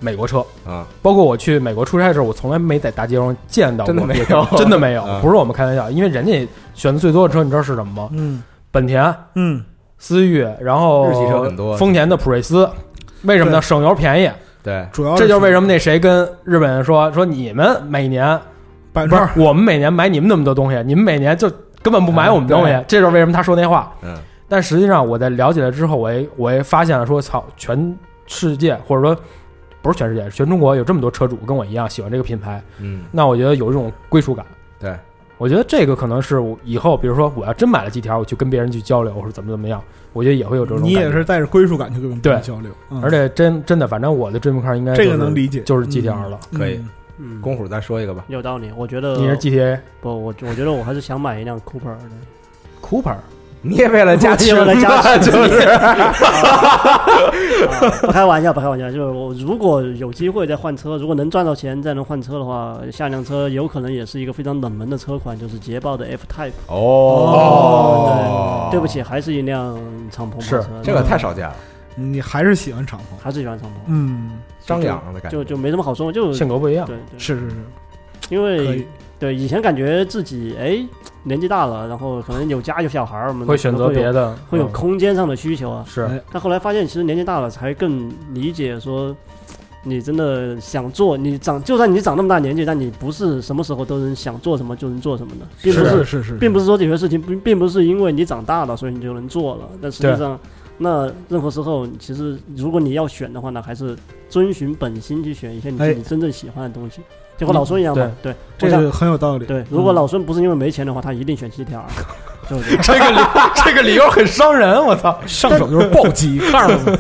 美国车。啊，包括我去美国出差的时候，我从来没在大街上见到过真的没别克有 [LAUGHS] 真的没有，嗯不是我们开玩笑，因为人家选的最多的车，你知道是什么吗？嗯本田、啊嗯，思域，然后日系车很多丰田的普锐斯，为什么呢？对省油便宜，对，主要这就是为什么么那谁跟日本人说说你们每年哎百不分是之我们每年买你们那么多东西，你们每年就根本不买我们东西，嗯这就是为什么他说那话。嗯，但实际上我在了解了之后，我也我也发现了说，操，全世界或者说不是全世界，全中国有这么多车主跟我一样喜欢这个品牌，嗯，那我觉得有一种归属感。对，我觉得这个可能是我以后，比如说我要真买了几条，我去跟别人去交流，或者怎么怎么样，我觉得也会有这种你感觉也是带着归属感去跟别对人交流，嗯而且真真的，反正我的 dream car 应该、这个能理解，就是嗯 GTR 了。嗯可以嗯，功夫再说一个吧，有道理，我觉得你是 GTA 不，我我觉得我还是想买一辆 Cooper [LAUGHS] 的。 Cooper，你也为了加群为了加吧，群 [LAUGHS] 就是啊不开玩笑，不开玩笑，就是我如果有机会再换车，如果能赚到钱再能换车的话，下一辆车有可能也是一个非常冷门的车款，就是捷豹的 F Type。哦对，对不，起，还是一辆敞篷跑车是，这个太少见了，嗯你还是喜欢敞篷，还是喜欢敞篷，嗯，张扬的感觉，就就没什么好说，就性格不一样。对对，是是是，因可为以，对以前感觉自己哎年纪大了，然后可能有家有小孩儿，我们会选择可能别有的，会有嗯空间上的需求啊。是哎但后来发现，其实年纪大了才更理解说，你真的想做，你长就算你长那么大年纪，但你不是什么时候都能想做什么就能做什么的，并不是是，是是，并不是说这些事情并并不是因为你长大了所以你就能做了，但实际上。那任何时候，其实如果你要选的话呢，还是遵循本心去选一些你自己真正喜欢的东西，就和老孙一样嘛。对，这我想个很有道理，对，如果嗯老孙不是因为没钱的话，他一定选 GTR，对不对？这 [LAUGHS] 个理这个理由很伤人，我操！ [LAUGHS] 上手就是 [LAUGHS] 暴击，看着吧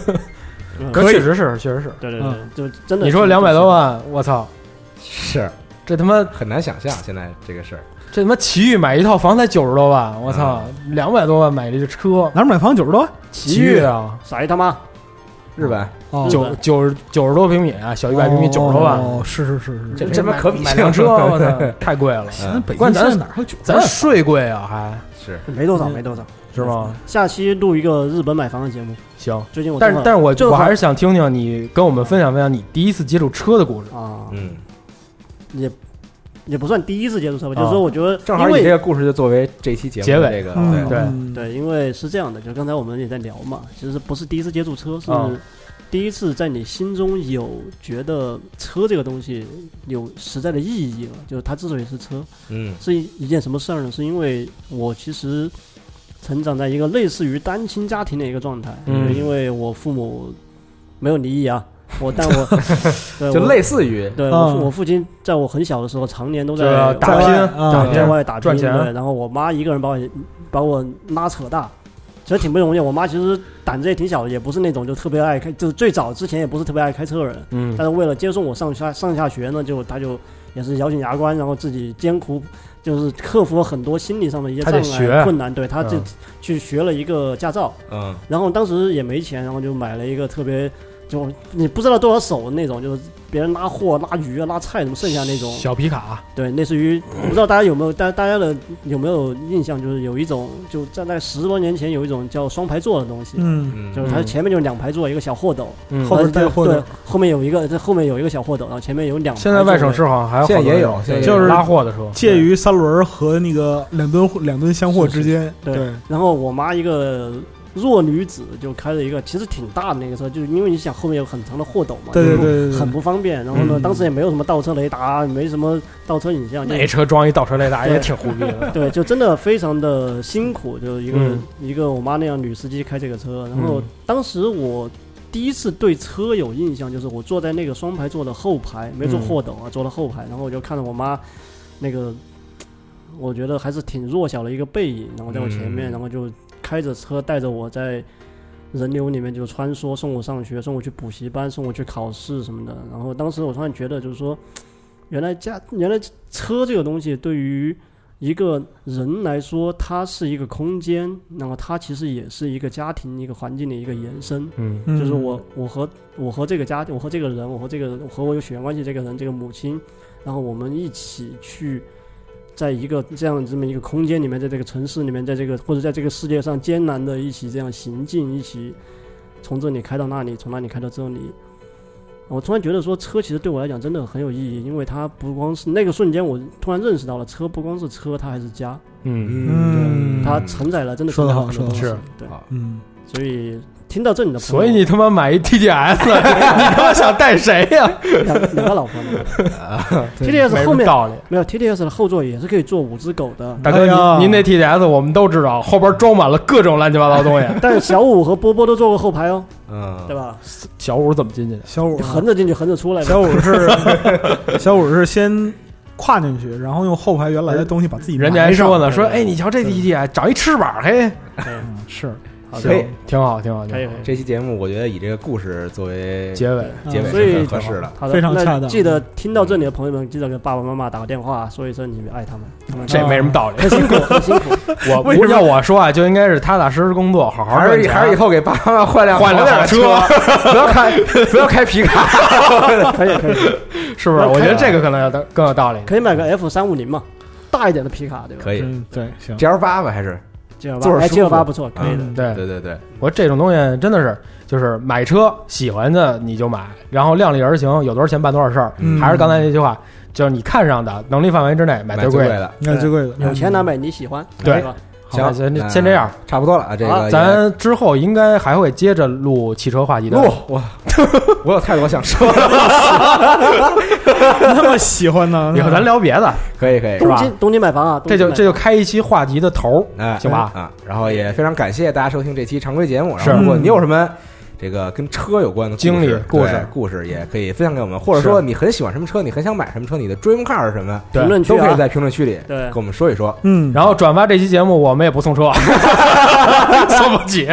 嗯可确实是，确实是。对对嗯对，就真的。你说两百多，万，我操！是这他妈很难想象现在这个事儿，这他妈奇遇买一套房才九十多万，我操！嗯两百多万买这个车，哪儿买房九十多万？奇遇啊，谁他妈？日本哦日九本九十九十多平米啊，小一百平米九十多万，哦，是是是是。这没这买没可比性买 [LAUGHS] 辆车，我操，太贵了。现在北关京键咱现在哪儿还有九十咱万？税贵啊，还 [LAUGHS] 是没多少，嗯没多少。是吗？下期录一个日本买房的节目，行，最近我但是正好但是我正我好还是想听听你跟我们分享分享你第一次接触车的故事。啊，嗯，也也不算第一次接触车吧，啊就是说我觉得正因好以这为个故事就作为这期节目结尾的这个嗯对嗯对，因为是这样的，就刚才我们也在聊嘛，其实不是第一次接触车，是啊第一次在你心中有觉得车这个东西有实在的意义了，就是它之所以是车，嗯是一一件什么事儿呢？是因为我其实成长在一个类似于单亲家庭的一个状态，嗯就是因为我父母没有离异啊，我但 [LAUGHS] 我对就我类似于嗯对我父我父亲在我很小的时候，常年都就在要打拼在外啊打拼在外打拼，赚钱对，然后我妈一个人把我把我拉扯大，其实挺不容易。我妈其实胆子也挺小的，也不是那种就特别爱开，就是最早之前也不是特别爱开车的人。嗯但是为了接送我上下上下学呢，就她就也是咬紧牙关，然后自己艰苦，就是克服了很多心理上的一些她障得学碍困难。对，她就嗯去学了一个驾照，嗯，然后当时也没钱，然后就买了一个特别。就你不知道多少手的那种，就是别人拉货、拉鱼、啊、拉菜什么剩下那种小皮卡，对，类似于我不知道大家有没有，大大家的有没有印象，就是有一种就站在十多年前有一种叫双排座的东西，嗯，就是它嗯前面就是两排座，一个小货斗，嗯后，边然带后货斗对，后面有一个，这后面有一个小货斗，然后前面有两排座现在位。外省市好像还有好多现在也有现在也有就是拉货的车，介于三轮儿和那个两吨两吨箱货之间，是是对然后我妈一个弱女子就开了一个其实挺大的那个车，就是因为你想后面有很长的货斗嘛，对对就对对对很不方便。然后呢，嗯当时也没有什么倒车雷达，没什么倒车影像，就那车装一倒车雷达也对挺胡逼 [LAUGHS] 的。对，就真的非常的辛苦，就是一个、嗯一个我妈那样女司机开这个车。然后嗯当时我第一次对车有印象，就是我坐在那个双排座的后排，没坐嗯后斗啊，坐了后排，然后我就看着我妈那个，我觉得还是挺弱小的一个背影，然后在我前面，嗯然后就开着车带着我在。人流里面就穿梭，送我上学，送我去补习班，送我去考试什么的。然后当时我突然觉得，就是说，原来家原来车这个东西对于一个人来说，它是一个空间，那么它其实也是一个家庭、一个环境的一个延伸。嗯嗯就是我，我和我和这个家，我和这个人，我和这个我和我有血缘关系这个人，这个母亲，然后我们一起去，在一个这样这么一个空间里面，在这个城市里面，在这个或者在这个世界上艰难的一起这样行进，一起从这里开到那里，从那里开到这里。我突然觉得说，车其实对我来讲真的很有意义，因为它不光是那个瞬间，我突然认识到了车不光是车，它还是家，嗯，嗯，它承载了真的说得好承载了很多说得东好西对，嗯，所以听到这里的朋友，所以你他妈买一 TGS，你他妈想带谁呀？ [LAUGHS] 两两个老婆呢没啊，TDS 后什么面道理。没有 TDS 的后座也是可以坐五只狗的，大哥，哎呀您您那 TGS 我们都知道，后边装满了各种乱七八糟东西。但小五和波波都坐过后排哦，嗯，对吧？小五怎么进去的？小五啊就横着进去，横着出来嘛。小五是 [LAUGHS] 小五是先跨进去，然后用后排原来的东西把自己人家还埋上说呢，对说哎，你瞧这 TGS 长一翅膀，嘿，嗯是可以行，挺好，挺好，可以挺好。这期节目我觉得以这个故事作为结尾，嗯结所尾以是很合适的。好的，非常那恰当嗯记得听到这里的朋友们，记得给爸爸妈妈打个电话，啊说一声你们爱他们，嗯他们这没什么道理。很辛苦，很辛苦。 [LAUGHS] 我为什不么要我说啊，就应该是踏踏实实工作，好好还赚是钱。还是以后给爸爸妈妈换辆换辆好点好的车车，不要开不要开皮 [LAUGHS] 卡。可以可以是不是？我觉得这个可能要更更有道理。可以买个 F 三五零嘛，大一点的皮卡对吧可以嗯对行 G L 八吧，还是 G 坐八，着哎舒，G 服八不错，可以的。对，对对对，我这种东西真的是，就是买车喜欢的你就买，然后量力而行，有多少钱办多少事儿。嗯还是刚才那句话，就是你看上的，能力范围之内买最最贵贵的。的。那最贵的嗯有钱难买你喜欢，对吧？好行，先那先这样，差不多了啊。这好个也咱之后应该还会接着录汽车话题的。录我， [LAUGHS] 我有太多 [LAUGHS] 想说的。那么喜欢 [LAUGHS] 呢？以后咱聊别的，可以可以，东京东京买房啊，这就东这京买就开一期话题的头儿。哎，行吧啊，然后也非常感谢大家收听这期常规节目。然是后如果你有什么这个跟车有关的故事经历故事对故事，也可以分享给我们，或者说你很喜欢什么车，你很想买什么车，你的 dream car 是什么，对评论区都可以啊，在评论区里对跟我们说一 [LAUGHS] 说。嗯，然后转发这期节目，我们也不送车， [LAUGHS] 送不起，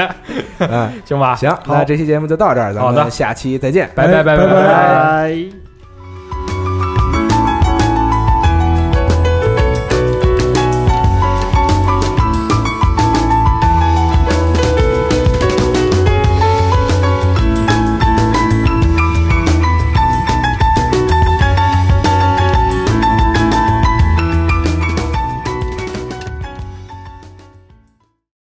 嗯，行吧？行，那这期节目就到这儿，咱好的们下期再见。哎拜拜拜拜拜。嗯拜。